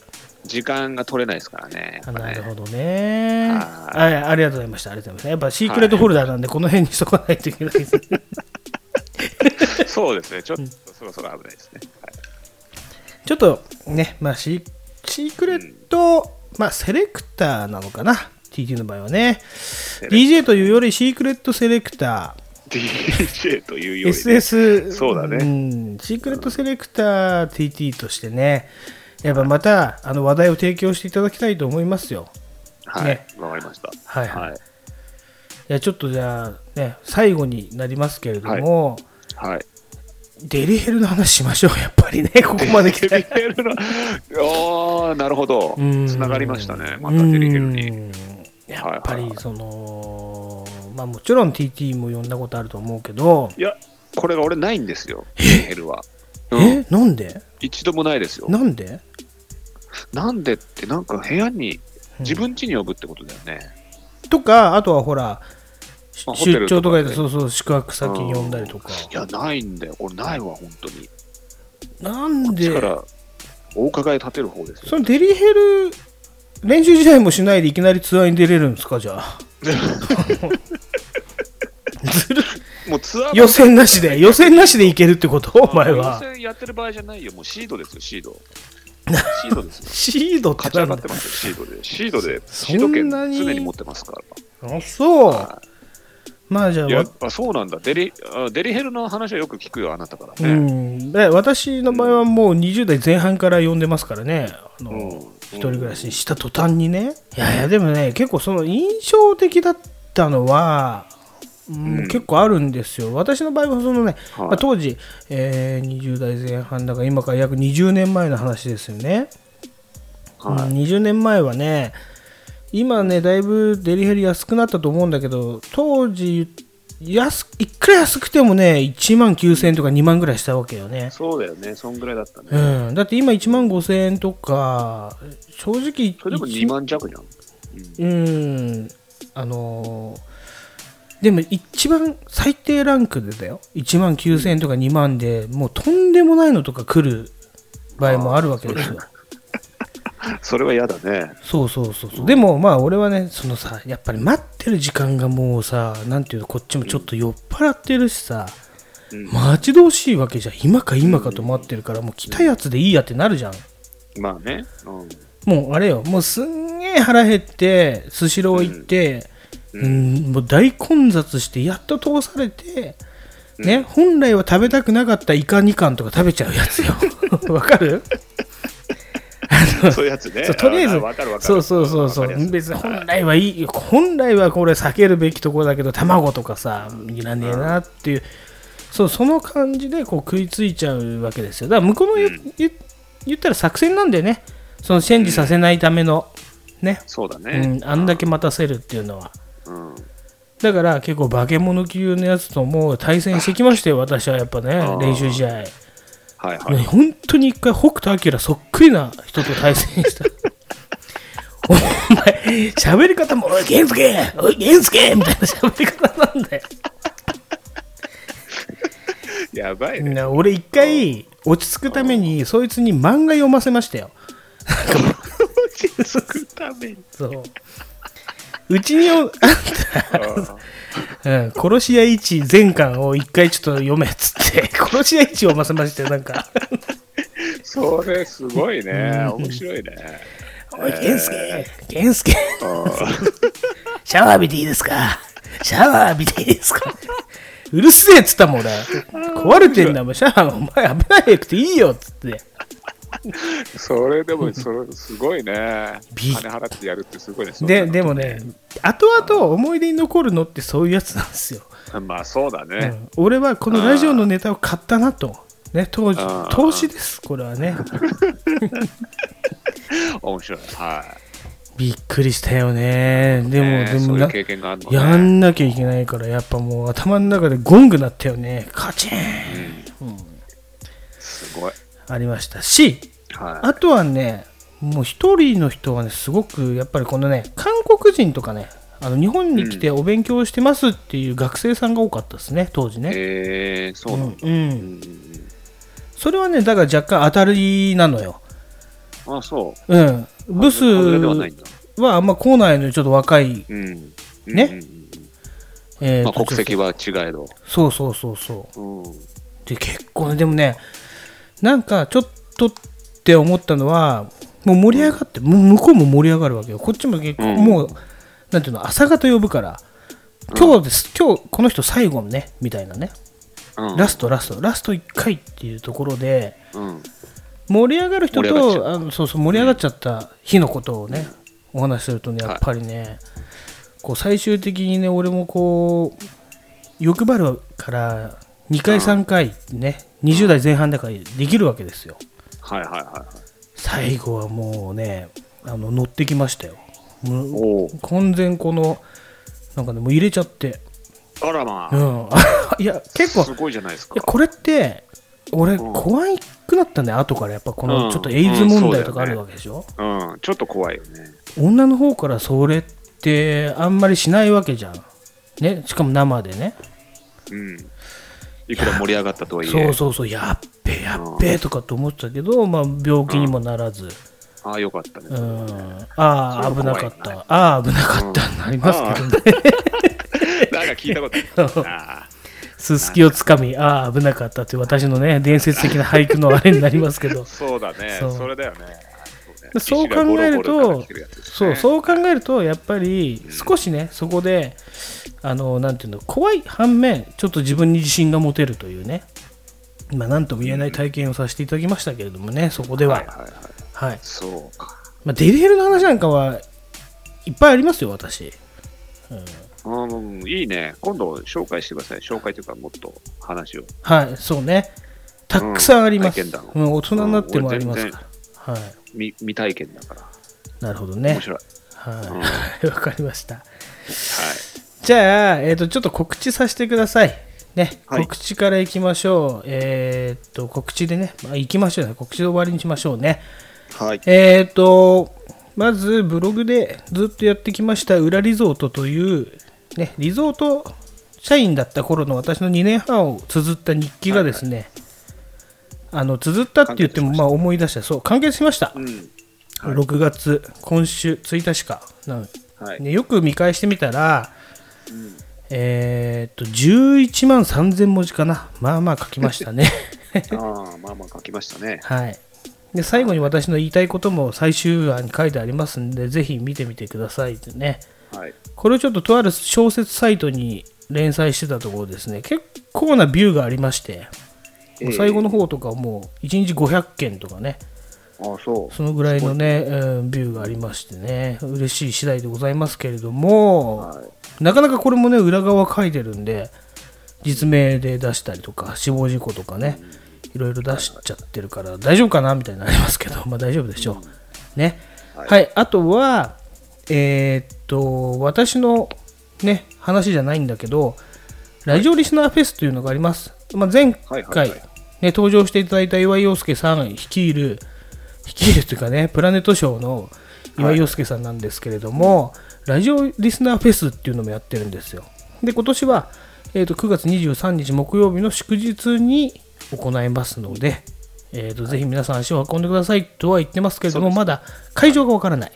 A: 時間が取れないですからね。や
B: あ
A: っぱ
B: な
A: ね
B: るほどね。
A: はい
B: はい、ありがとうございました。ありがとうございました。やっぱシークレットホルダーなんで、この辺にしとかないといけないです。
A: そうですね、ちょっとそろそろ危ないですね。
B: ちょっとね、まあシー、シークレット、まあ、セレクターなのかな、TT の場合はね。
A: レクタ
B: DJ というより、シークレットセレクタ
A: DJ という
B: ー、
A: よりね、
B: SS、
A: そうだね
B: んシークレットセレクター、TT としてね、やっぱまたあの話題を提供していただきたいと思いますよ。
A: は
B: ね
A: い、わかりました。
B: はいはい
A: はい。
B: いやちょっとじゃあ、ね、最後になりますけれども、
A: はい
B: デリヘルの話しましょう、やっぱりね、ここまで来
A: デリ
B: て。
A: ヘルの、 ああ、なるほど。
B: うん
A: つながりましたね、またデリヘル
B: う
A: に。
B: んやっぱ
A: はいはい
B: り
A: はい
B: その、まあ、もちろん TT も呼んだことあると思うけど、
A: いや、これが俺ないんですよ、デリヘルは。うん、
B: えなんで
A: 一度もないですよ。
B: なんで
A: なんでって、なんか部屋に、自分家に呼ぶってことだよね。
B: とかあとはほらし
A: まあホテ
B: 出
A: ルと
B: 張
A: か
B: とかで
A: ね
B: そうそう宿泊先に呼んだりとか
A: いや、ないんだよ、これないわ、本当に。
B: なんで
A: だから、お伺い立てる方ですよ。
B: そのデリヘル練習試合もしないでいきなりツアーに出れるんですかじゃあずる
A: もうツアー
B: 予選な しで予選なしでいけるってことお前は
A: 予選やってる場合じゃないよ、もうシードですよ、シード。シードですよ。
B: シードって
A: 勝ち上
B: なん
A: が
B: だ
A: ってますよ、シードで。シードで、
B: そ
A: シード権
B: んなに
A: 常に持ってますから。
B: あそう
A: は
B: まあじゃあ
A: いやっぱそうなんだデリ、あデリヘルの話はよく聞くよ、あなたから
B: う
A: ね。
B: ん、で私の場合はもう20代前半から呼んでますからね、あの
A: うん
B: 一人暮らしした途端にね、いやいや、でもね、結構その印象的だったのは、うん
A: うん
B: 結構あるんですよ、私の場合はそのね、
A: はい
B: まあ当時、えー20代前半だから、今から約20年前の話ですよね、
A: は
B: うん20年前はね、今ね、だいぶデリヘル安くなったと思うんだけど、当時、安いくら安くてもね、1万9000円とか2万ぐらいしたわけよね。
A: そうだよね、そんぐらいだったね。
B: うん、だって今1万5000円とか正直
A: それでも
B: 一
A: 2万弱じゃん。
B: うんあのーでも一番最低ランクでだよ1万9000円とか2万で、もうとんでもないのとか来る場合もあるわけですよ
A: それは嫌だね。
B: そうそうそうそうでもまあ俺はねそのさやっぱり待ってる時間がもうさなんていうのこっちもちょっと酔っ払ってるしさ、
A: うん
B: 待ち遠しいわけじゃん今か今かと待ってるからもう来たやつでいいやってなるじゃん
A: まあね。うん
B: もうあれよ、もうすんげえ腹減って、スシロー行って、うん、もう大混雑して、やっと通されて、ね、本来は食べたくなかったイカ2貫とか食べちゃうやつ よ。わかる
A: そういうやつね。
B: そうとりあえず
A: ーわかるわかる。
B: そうそうそうそ
A: わかるや
B: う
A: つ
B: 別に本来はいいよ本来はこれ避けるべきところだけど卵とかさいらねえなっていう、そうその感じでこう食いついちゃうわけですよだから向こうの言,、言言ったら作戦なんだよねそのチェンジさせないための、ね、
A: そうだ
B: う
A: ね
B: ん、。あんだけ待たせるっていうのは
A: うん。
B: だから結構化け物級のやつともう対戦してきましたよ私はやっぱね
A: ー
B: 練習試合
A: はい
B: ね
A: はい。
B: 本当に一回北斗晶そっくりな人と対戦したお前喋り方も「おい源助おい源助!」みたいな喋り方なんだよ
A: やばいね。
B: な俺一回落ち着くためにそいつに漫画読ませましたよ
A: つくために。
B: そううちにお うん、殺し屋一全巻を一回ちょっと読めっつって、殺し屋一を読ませまして、なんか、
A: それすごいね。面白いね。
B: おい、健介、健介、
A: うん
B: シャワー浴びていいですかシャワー浴びていいですかうるせえっつったもん、俺。壊れてんだもん、シャワー、お前浴びなくていいよっつって。
A: それでも、それすごいね。
B: び
A: 金払ってやるってすごいね。そんな
B: で、
A: の
B: でもね、後々思い出に残るのってそういうやつなんですよ。
A: まあそうだ
B: う
A: ね。
B: ん俺はこのラジオのネタを買ったなと。ね、当時
A: あー
B: 投資です、これはね。
A: 面白い。は
B: びっくりしたよね。でも、
A: ね
B: で
A: そ
B: も
A: ういう
B: な、
A: 経験があるのね
B: やんなきゃいけないから、やっぱもう頭の中でゴングなったよね。カチン
A: すごい。
B: ありましたし、
A: は
B: あとはね、もう一人の人はね、すごくやっぱりこのね、韓国人とかね、あの日本に来てお勉強してますっていう学生さんが多かったですね、当時
A: い。
B: ね。
A: えー、そう
B: う
A: なんだ。
B: ん、
A: う
B: う
A: んんうん
B: それはね、だから若干当たりなのよ。
A: うん、あ、そう。
B: うん。ブス
A: 外れではないんだ。
B: はあんま校内のちょっと若い、
A: うん。
B: ね
A: うんうんうん
B: えー
A: ま
B: と
A: あ、国籍は違えど。
B: そうそうそうそう。
A: うん。
B: で結構ねでもねなんかちょっとって思ったのはもう盛り上がってもう向こうも盛り上がるわけよこっちも結構、
A: うん
B: もうなんていうの朝方呼ぶから今日です、今日この人最後ねみたいなね、
A: うん
B: ラストラストラスト1回っていうところで
A: うん。
B: 盛り上がる人
A: 盛り上がっちゃっ
B: とあのそうそう盛り上がっちゃった日のことをね、お話しするとね
A: はい
B: やっぱりね、こう最終的にね俺もこう欲張るから2回3回ね、20代前半だからできるわけですよ
A: はいはいはいはい。
B: 最後はもうねあの乗ってきましたよもう
A: おお。
B: 完全このなんかねもう入れちゃって
A: あらま
B: う
A: あ。
B: ん いや結構
A: すごいじゃないです
B: いや
A: か。
B: これって俺
A: うん
B: 怖いくなったね後からやっぱこ
A: うん
B: のちょっとエイズ問題とかあるわけでしょ、
A: うん。ちょっと怖いよね。
B: 女の方からそれってあんまりしないわけじゃん。ね、しかも生でね、
A: うん。いくら盛り上がったとはいえ。
B: そうそうそう、やっべやっべとかと思ってたけど、まあ、病気にもならず、
A: ああ、よかったね。
B: うん、ああ、
A: それ
B: 危
A: も
B: な
A: 怖い
B: か
A: よ
B: っ
A: ね
B: た、ああ、危なかったになりますけどね、
A: なんか聞いたことあるな。
B: すすきをつかみ、ああ、危なかったっていう私のね、伝説的な俳句のあれになりますけど、
A: そうだね。
B: そう
A: それだよね。
B: でそう考えると、そう
A: う。
B: そう考えるとやっぱり少しね、そこであのなんていうの怖い反面ちょっと自分に自信が持てるというねまあ何とも言えない体験をさせていただきましたけれどもねそこでは、は
A: はいいはいはい。そうか。
B: まあ、デリヘルの話なんかはいっぱいありますよ私
A: うん、いいね。今度紹介してください。紹介というか、もっと話を。
B: はいそうねたくさんあります、う
A: うんん体験談
B: 大人になってもありますから、はい
A: 未未体験だから。
B: なるほどね
A: 面白い。
B: はい、 わかりました
A: はい。
B: じゃあ、えー、とちょっと告知させてください。ね、
A: はい
B: 告知からいきましょう。えっ、と、告知でね、まあ、いきましょうね。告知で終わりにしましょうね。
A: はい。
B: えっ、と、まずブログでずっとやってきました、裏リゾートという、ね、リゾート社員だった頃の私の2年半を綴った日記がですね、あの綴ったって言っても、まあ、思い出した、そう、完結しました。
A: うん。
B: 6月、今週1日かなん
A: はい。
B: ね、よく見返してみたら、えーっと11万3000文字かなまあまあ書きましたね
A: ああ、まあまあ書きましたね。
B: はいで最後に私の言いたいことも最終案に書いてありますんでぜひ見てみてくださいってね
A: はい。
B: これをちょっととある小説サイトに連載してたところですね結構なビューがありまして、もう最後の方とかもう1日500件とかね
A: ああ、そ
B: そのぐらいのね、うんビューがありましてね、嬉しい次第でございますけれども、なかなかこれもね、裏側書いてるんで、実名で出したりとか、死亡事故とかね、いろいろ出しちゃってるから、大丈夫かなみたいになりますけど、 まあ大丈夫でしょう。ね。はい、あとは、えーっと、私のね、話じゃないんだけど、ラジオリスナーフェスというのがあります。まあ、前回、
A: はいはいは
B: ね、登場していただいた岩井陽介さん率いる、率いるというかね、プラネットショーの岩井陽介さんなんですけれども、ラジオリスナーフェスっていうのもやってるんですよ。で、今年は、えー、と9月23日木曜日の祝日に行いますので、えーとぜひ皆さん足を運んでくださいとは言ってますけれども、まだ会場がわからない。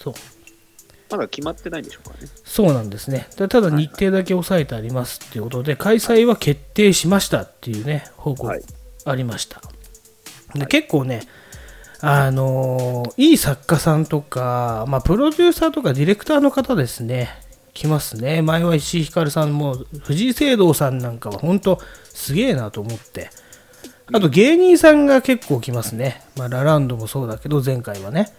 B: そう
A: う。まだ決まってないんでしょうかね。
B: そうなんですね。でただ日程だけ押さえてありますっていうことで、開催は決定しましたっていうね、報告
A: はい
B: ありました。で結構ね、あのーいい作家さんとか、まあ、プロデューサーとかディレクターの方ですね、来ますね。前は石井ひかるさんも、藤井聖堂さんなんかは本当すげえなと思って。あと芸人さんが結構来ますね。まあ、ラランドもそうだけど、前回はね。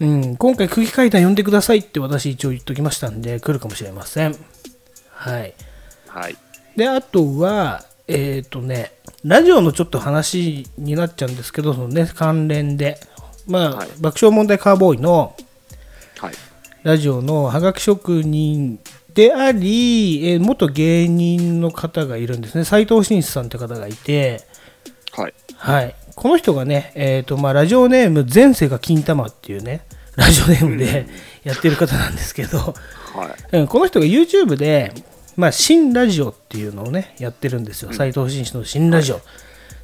B: うん、今回、空気階段呼んでくださいって私一応言っときましたんで、来るかもしれません。はい。
A: はい。
B: で、あとは、えっ、とね、ラジオのちょっと話になっちゃうんですけど、そのね、関連で、まあ、
A: はい
B: 爆笑問題カーボーイの、
E: はい。
B: ラジオのはがき職人であり、えー元芸人の方がいるんですね斉藤真一さんって方がいて、
E: はい。
B: はい、この人がね、えーとまあ、ラジオネーム前世が金玉っていうねラジオネームでやってる方なんですけど、
E: はい。
B: うん、この人が YouTube で、まあ、新ラジオっていうのをねやってるんですよ斎、藤真一の新ラジオ、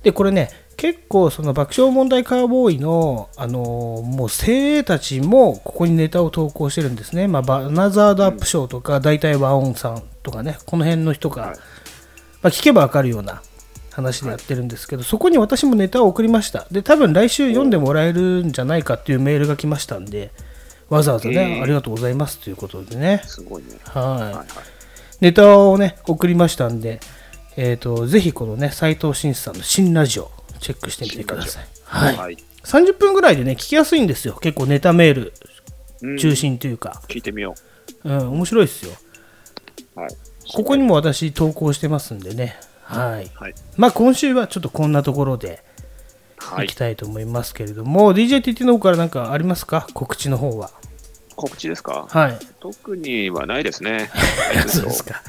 B: でこれね結構その爆笑問題カーボーイの、あのーもう精鋭たちもここにネタを投稿してるんですね、まあ、バナザードアップショーとか、大体和音さんとかねこの辺の人が、まあ、聞けばわかるような話でやってるんですけど、そこに私もネタを送りましたで多分来週読んでもらえるんじゃないかっていうメールが来ましたんでわざわざね、ありがとうございますということでね
E: すごいね。
B: はい、
E: はいはい。
B: ネタをね送りましたんで、えー、とぜひこのね斉藤慎さんの新ラジオチェックしてみてください、はい
E: はい
B: 30分ぐらいでね聞きやすいんですよ結構ネタメール中心というか、
E: 聞いてみよ
B: うん面白いですよ
E: う。はい。
B: ここにも私投稿してますんでねはい、
E: はい。
B: まあ今週はちょっとこんなところで
E: は
B: 行
E: い
B: き。たいと思いますけれども、DJTT の方から何かありますか告知の方は
A: 告知ですか
B: はい
A: 特にはないです ね。
B: そうですか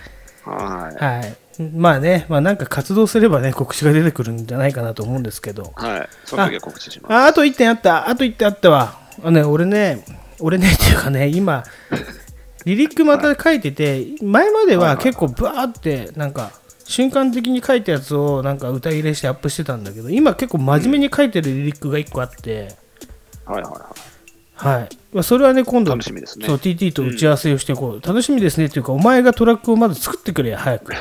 A: はい。
B: はいまあね、まあ、なんか活動すればね告知が出てくるんじゃないかなと思うんですけど
A: はい。その時は告知します。
B: ああと1点あった、あと1点あったわ。あね、俺ね、俺ねっていうかね、今、リリックまた書いてて、前までは結構バーって、なんか、瞬間的に書いたやつをなんか歌入れしてアップしてたんだけど、今結構真面目に書いてるリリックが1個あって、
A: はいはいは
B: はい。まあ、それはね、今度、
A: 楽しみですね
B: そう、TT と打ち合わせをしてこう。楽しみですねっていうか、お前がトラックをまず作ってくれや、早く。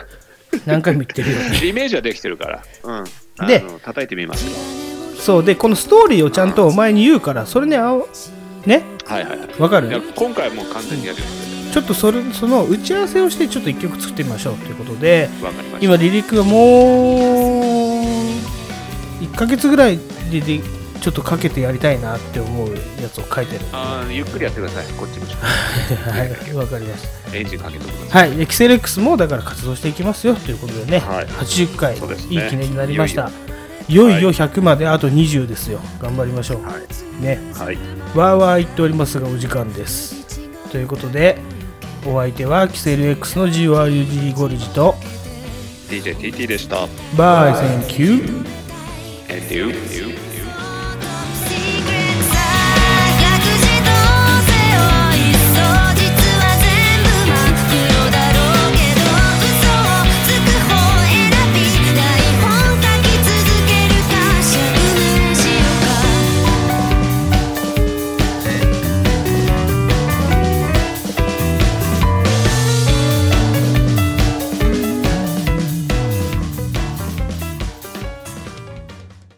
B: 何回も言ってるよ。
A: い。イメージはできてるから。うん。あ
B: で
A: の叩いてみますよ。
B: そう、で、このストーリーをちゃんとお前に言うから、それね、あおね、
A: はいはいはい。
B: わかる
A: いや今回はもう完全にやるようになって
B: ちょっとそれその打ち合わせをしてちょっと1曲作ってみましょうということで
A: るわかりました。
B: 今リリックがもう1ヶ月ぐらいででちょっとかけてやりたいなって思うやつを書いてる
A: あーゆっくりやってください。こっ ちもちょっ
B: はいわかりました
A: とエンジンかけてください。
B: はいでキセレックスもだから活動していきますよということでね、
A: はい
B: 80回、
A: そうです
B: い
A: ね
B: い記念になりましたいよいよ100まであと20ですよ頑張りましょう、ね
A: はい。
B: わーわー言っておりますがお時間ですということでお相手はキセル X の GYUG ゴルジと
A: DJTT でした。
B: バイセンキュー
A: And you.